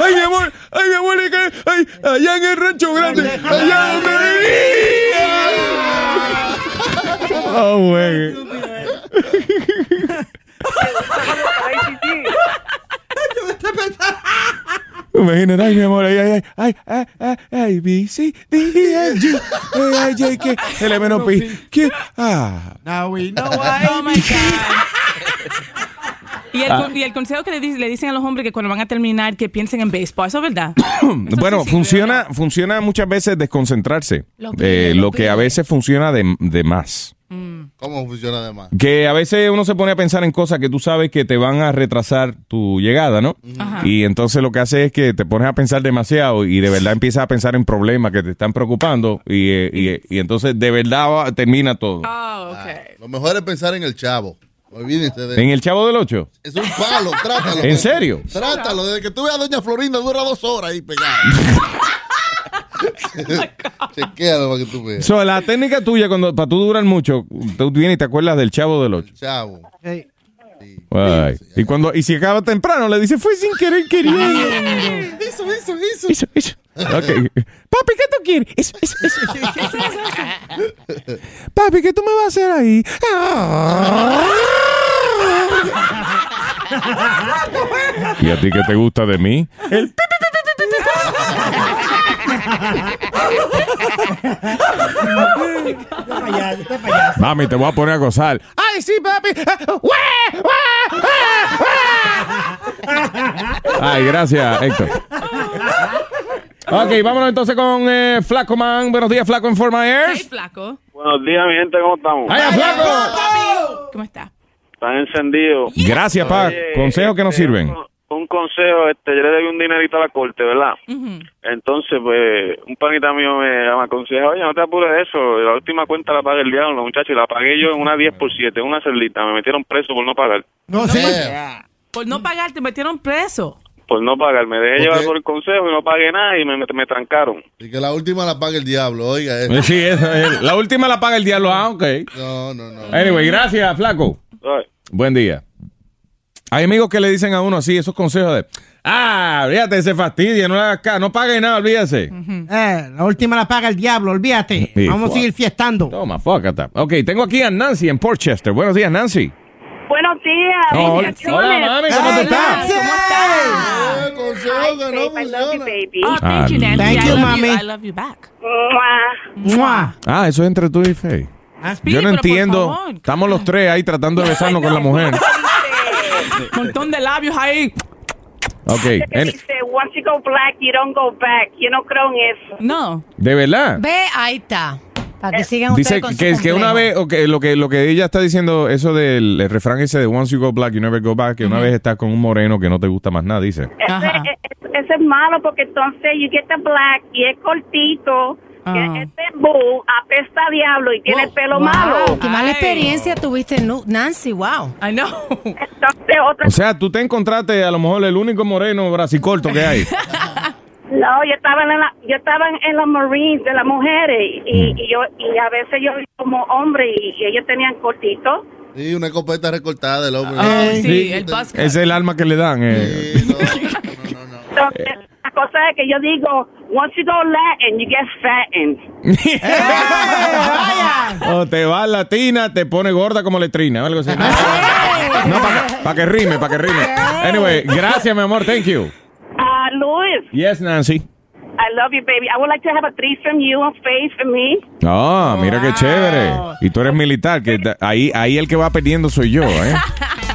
Ay, mi amor, ay, mi amor, ay, allá en el rancho grande, allá donde vivía.
oh, güey. Imagínate, ay, mi amor, ay, ay, ay, ay, ay, ay, B, C, D, E, F, G, A, I, J, K, L, M, N, O, P, Q, ah.
Now we know
Oh my God. Y el,
Ah.
y el consejo que le, di- le dicen a los hombres que cuando van a terminar que piensen en béisbol, eso es verdad.
Bueno, funciona, funciona muchas veces desconcentrarse.
Lo
Eh,
pide, lo
lo que a veces funciona de, de más.
¿Cómo funciona además?
Que a veces uno se pone a pensar en cosas que tú sabes que te van a retrasar tu llegada, ¿no?
Ajá.
Y entonces lo que hace es que te pones a pensar demasiado y de verdad empiezas a pensar en problemas que te están preocupando y, eh, y, eh, y entonces de verdad va- termina
Ah,
todo.
Ah, Lo mejor es pensar en el chavo. Olvídense de
En el Chavo del Ocho.
Es un palo, trátalo.
¿En serio?
Trátalo. Desde que tú veas a Doña Florinda dura dos horas ahí pegada. Chequéalo para que tú veas.
So, la técnica tuya, cuando para tú durar mucho, tú vienes y te acuerdas del Chavo del Ocho.
Chavo.
Ay. Y cuando y si acaba temprano, le dices, fue sin querer queriendo.
Eso, eso, eso.
Eso, eso. Ok. Papi, ¿qué tú quieres? Eso, eso, eso. Papi, ¿qué tú me vas a hacer ahí? Ah. ¿Y a ti qué te gusta de mí? El Mami, te voy a poner a gozar.
Ay, sí, papi.
Uh,
Ay, gracias, Héctor. Ok, vámonos entonces con eh, Flaco Man. Buenos días, Flaco en Forma Air.
Hey, flaco.
Buenos días, mi gente, ¿cómo estamos?
¡Ay, flaco!
¿Cómo está?
Están encendidos.
Gracias, pa.
Oye, eh,
Consejos que nos sirven.
Un consejo, este, yo le doy un dinerito a la corte, ¿verdad? Entonces, pues, un panita mío me, me aconseja, oye, no te apures de eso, la última cuenta la paga el diablo, muchacho, y la pagué yo en una 10 por 7, en una celita, me metieron preso por no pagar.
No,
Por no pagar, te metieron preso.
Por Pues no pagar, me dejé llevar por el consejo y no pagué nada y me, me, me trancaron.
Y que la última la pague el diablo, oiga. eh. eso.
Sí, esa es. La última la paga el diablo. Ah, ok.
No, no, no.
Anyway, gracias, Flaco.
Ay.
Buen día. Hay amigos que le dicen a uno así esos consejos de. Ah, olvídate, se fastidia, no le hagas caso, no pague nada, olvídese.
Eh, la última la paga el diablo, olvídate.
Sí,
Vamos
fuck.
a seguir fiestando.
Toma, fócata. Ok, tengo aquí a Nancy en Portchester. Buenos días, Nancy.
Buenos días.
No, hola, hola, mami, ¿cómo te estás?
estás? ¿Cómo estás?
Oh, thank you, Nancy.
Ah. Thank
I
you,
love
mami.
you. I love you back.
Ah, eso es entre tú y Faye.
Ah,
Speedy,
Yo no
pero por
entiendo.
favor.
Estamos los tres ahí tratando de besarnos con la mujer.
Montón de labios ahí.
Ok. en-
Dice, once you go black, you don't go back. Yo no creo en eso. Eh,
No.
de verdad.
Ve, ahí está. Para que sigan
Dice
ustedes con su
que, que una
complejo.
vez, o que lo que lo que ella está diciendo, eso del el refrán ese de once you go black, you never go back, que una vez estás con un moreno que no te gusta más nada, dice.
Ese, e- ese es malo porque entonces you get the black y es cortito.
Ah.
Que este boo apesta a diablo y tiene el pelo
Wow,
malo.
Qué mala experiencia tuviste, Nu- Nancy, wow.
I know.
Entonces, otra
O sea, tú te encontraste a lo mejor el único moreno brasicorto que hay.
No, yo estaba en la, yo estaba en los Marines de las mujeres y, y yo y a veces yo como hombre y, y ellos tenían cortito.
Sí, una escopeta recortada del
Oh,
hombre.
Ese es el alma que le dan. eh.
Entonces, la cosa es que yo digo, once you go Latin, you get fattened.
¡Eh!
O te va latina, te pone gorda como letrina o algo así.
¡Eh!
No, para que rime, para que rime.
¡Eh!
Anyway, gracias, mi amor. Thank you.
Uh, Luis,
Yes, Nancy.
I love you, baby. I would like to have a three from you and Faith and me.
Ah, mira qué chévere. Y tú eres militar, que da- ahí, ahí el que va perdiendo soy yo, ¿eh?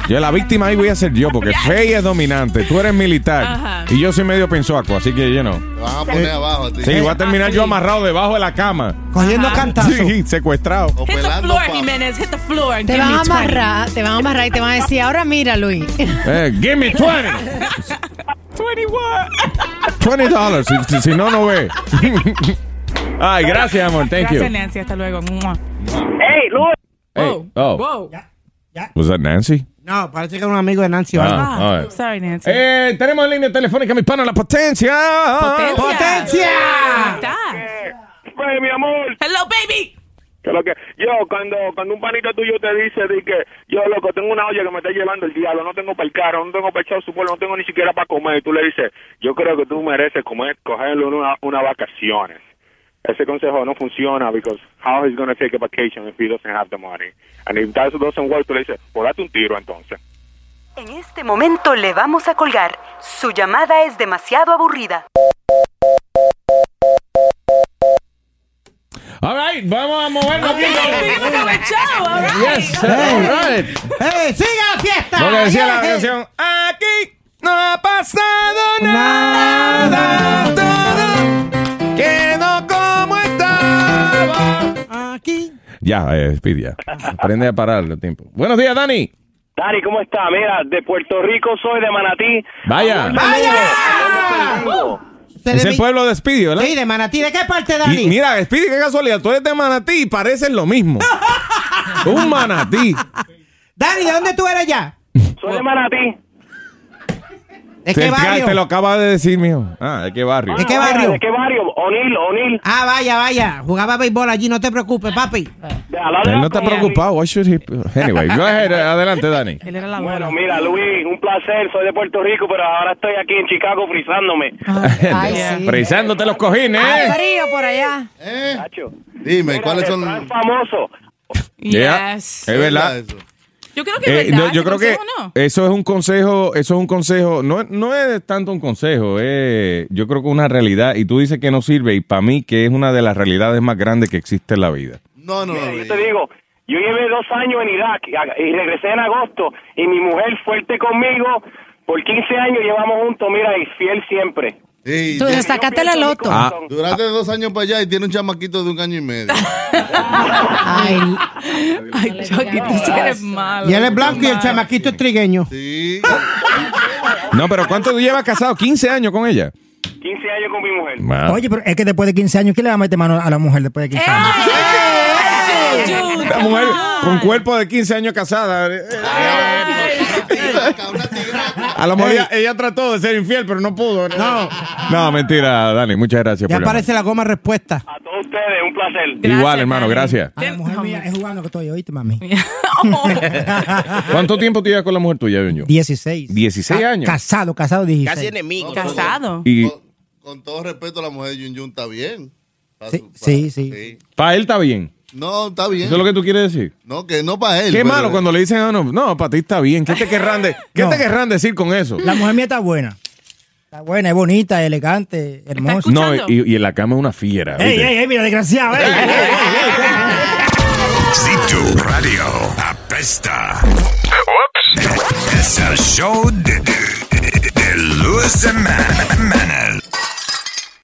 Yo la víctima ahí voy a ser yo, porque Fey es dominante, tú eres militar
Ajá.
y yo soy medio pensoaco, así que yo no.
Te van a poner abajo a ti.
Sí, voy a terminar yo amarrado debajo de la cama.
Cogiendo
cantazos. Sí, secuestrado.
Hit the floor, Jiménez. Hit the floor.
Te van a amarrar, te van a amarrar y te van a decir, ahora mira, Luis.
Eh, give me 20.
21.
20 dólares, si, si- si no, no ve. Ay, gracias, amor. Thank
Gracias,
you.
Nancy. Hasta luego.
Hey, Luis.
Hey, oh, was that Nancy?
No, parece que era un amigo de Nancy. o algo.
Ah, all right.
Sorry, Nancy.
Eh, tenemos en línea telefónica, mi pana, la potencia.
Potencia.
Hey, mi amor.
Hello, baby.
Que lo que, yo, cuando, cuando un panito tuyo te dice de que yo, loco, tengo una olla que me está llevando el diablo, no tengo para el carro, no tengo para echar su pueblo, no tengo ni siquiera para comer, y tú le dices, yo creo que tú mereces comer, cogerlo en una, una vacaciones. Ese consejo no funciona because how he's going to take a vacation if he doesn't have the money. And if that doesn't work, tú le dices, pues date un tiro entonces.
En este momento le vamos a colgar. Su llamada es demasiado aburrida.
All right, vamos a movernos aquí. Yes,
Hey.
all right.
¡Hey, siga la fiesta!
Lo que decía la
Sigue.
canción, aquí no ha pasado nada. Todo quedó como estaba.
Aquí.
Ya, eh, Speed, ya. Aprende a parar el tiempo. Buenos días, Dani.
Dari, ¿cómo está? Mira, de Puerto Rico soy, de Manatí.
Vaya. Es el pueblo de Speedy, ¿verdad?
Sí, de Manatí. ¿De qué parte, Dani?
Y mira, Speedy, qué casualidad. Tú eres de Manatí y parecen lo mismo. Un manatí.
Dani, ¿de dónde tú eres ya?
Soy de Manatí.
¿De
Te-
qué barrio?
Te lo acaba de decir, mijo. Ah, ¿de qué barrio?
¿De qué barrio?
¿De qué barrio? O'Neill, O'Neill.
Ah, vaya, vaya. Jugaba béisbol allí, no te preocupes, papi.
Él no está preocupado. Why should he? Anyway, go ahead. Adelante, Dani.
Bueno, mira, Luis, un placer. Soy de Puerto Rico, pero ahora estoy aquí en Chicago frizándome.
Frizándote los cojines. ¿eh?
frío por allá.
Dime, ¿cuáles son?
famoso.
Yeah,
Yes.
Es verdad.
Yo creo que
Eh,
es verdad.
no, yo
ese
creo que
pues, consejo no.
eso es un consejo, eso es un consejo, no, no es tanto un consejo, eh, yo creo que es una realidad y tú dices que no sirve y para mí que es una de las realidades más grandes que existe en la vida.
No, no,
Mira, yo te digo, yo llevé dos años en Irak y- y regresé en agosto y mi mujer fuerte conmigo. Por 15 años llevamos juntos, mira, y fiel siempre.
Sí,
Tú
sí.
sacaste la loto.
Ah. Duraste dos años para allá y tiene un chamaquito de un año y medio.
Ay,
Ay, Chucky, tú sí eres malo.
Y él es blanco y el chamaquito es trigueño.
Sí.
No, pero ¿cuánto tú llevas casado? 15 años con ella.
15 años con mi mujer.
Oye, pero es que después de 15 años, ¿qué le va a meter mano a la mujer después de 15 años?
Una mujer con cuerpo de 15 años casada. eh, eh, A lo mejor ella, ella trató de ser infiel, pero no pudo. No, no mentira, Dani, muchas gracias.
Ya
por llamar.
aparece la goma respuesta.
A todos ustedes, un placer.
Igual, hermano, gracias.
A la mujer mía es jugando que estoy, ¿oíste, mami?
¿Cuánto tiempo tú llevas con la mujer tuya, Beño?
16.
16
Ca-
años.
Casado, casado, 16.
enemigo.
Casado.
Y
Con todo respeto, la mujer de Yun Yun está bien. Pa' su-
Sí, sí.
para él está bien.
No, está bien.
¿Eso es lo que tú quieres decir?
No, que no para él.
Qué
pero-
malo cuando le dicen, "Ah, no, no, para ti está bien. ¿Qué te querrán, de- ¿qué te querrán decir con eso?
La mujer mía está buena. Está buena, es bonita, elegante, hermosa.
No, y, y en la cama es una fiera.
¡Ey,
¿oíste?
ey, ey, mira, desgraciado! ey, ey, ey.
Si tu radio apesta. Ups. Es el show de, de, de Luis Jiménez.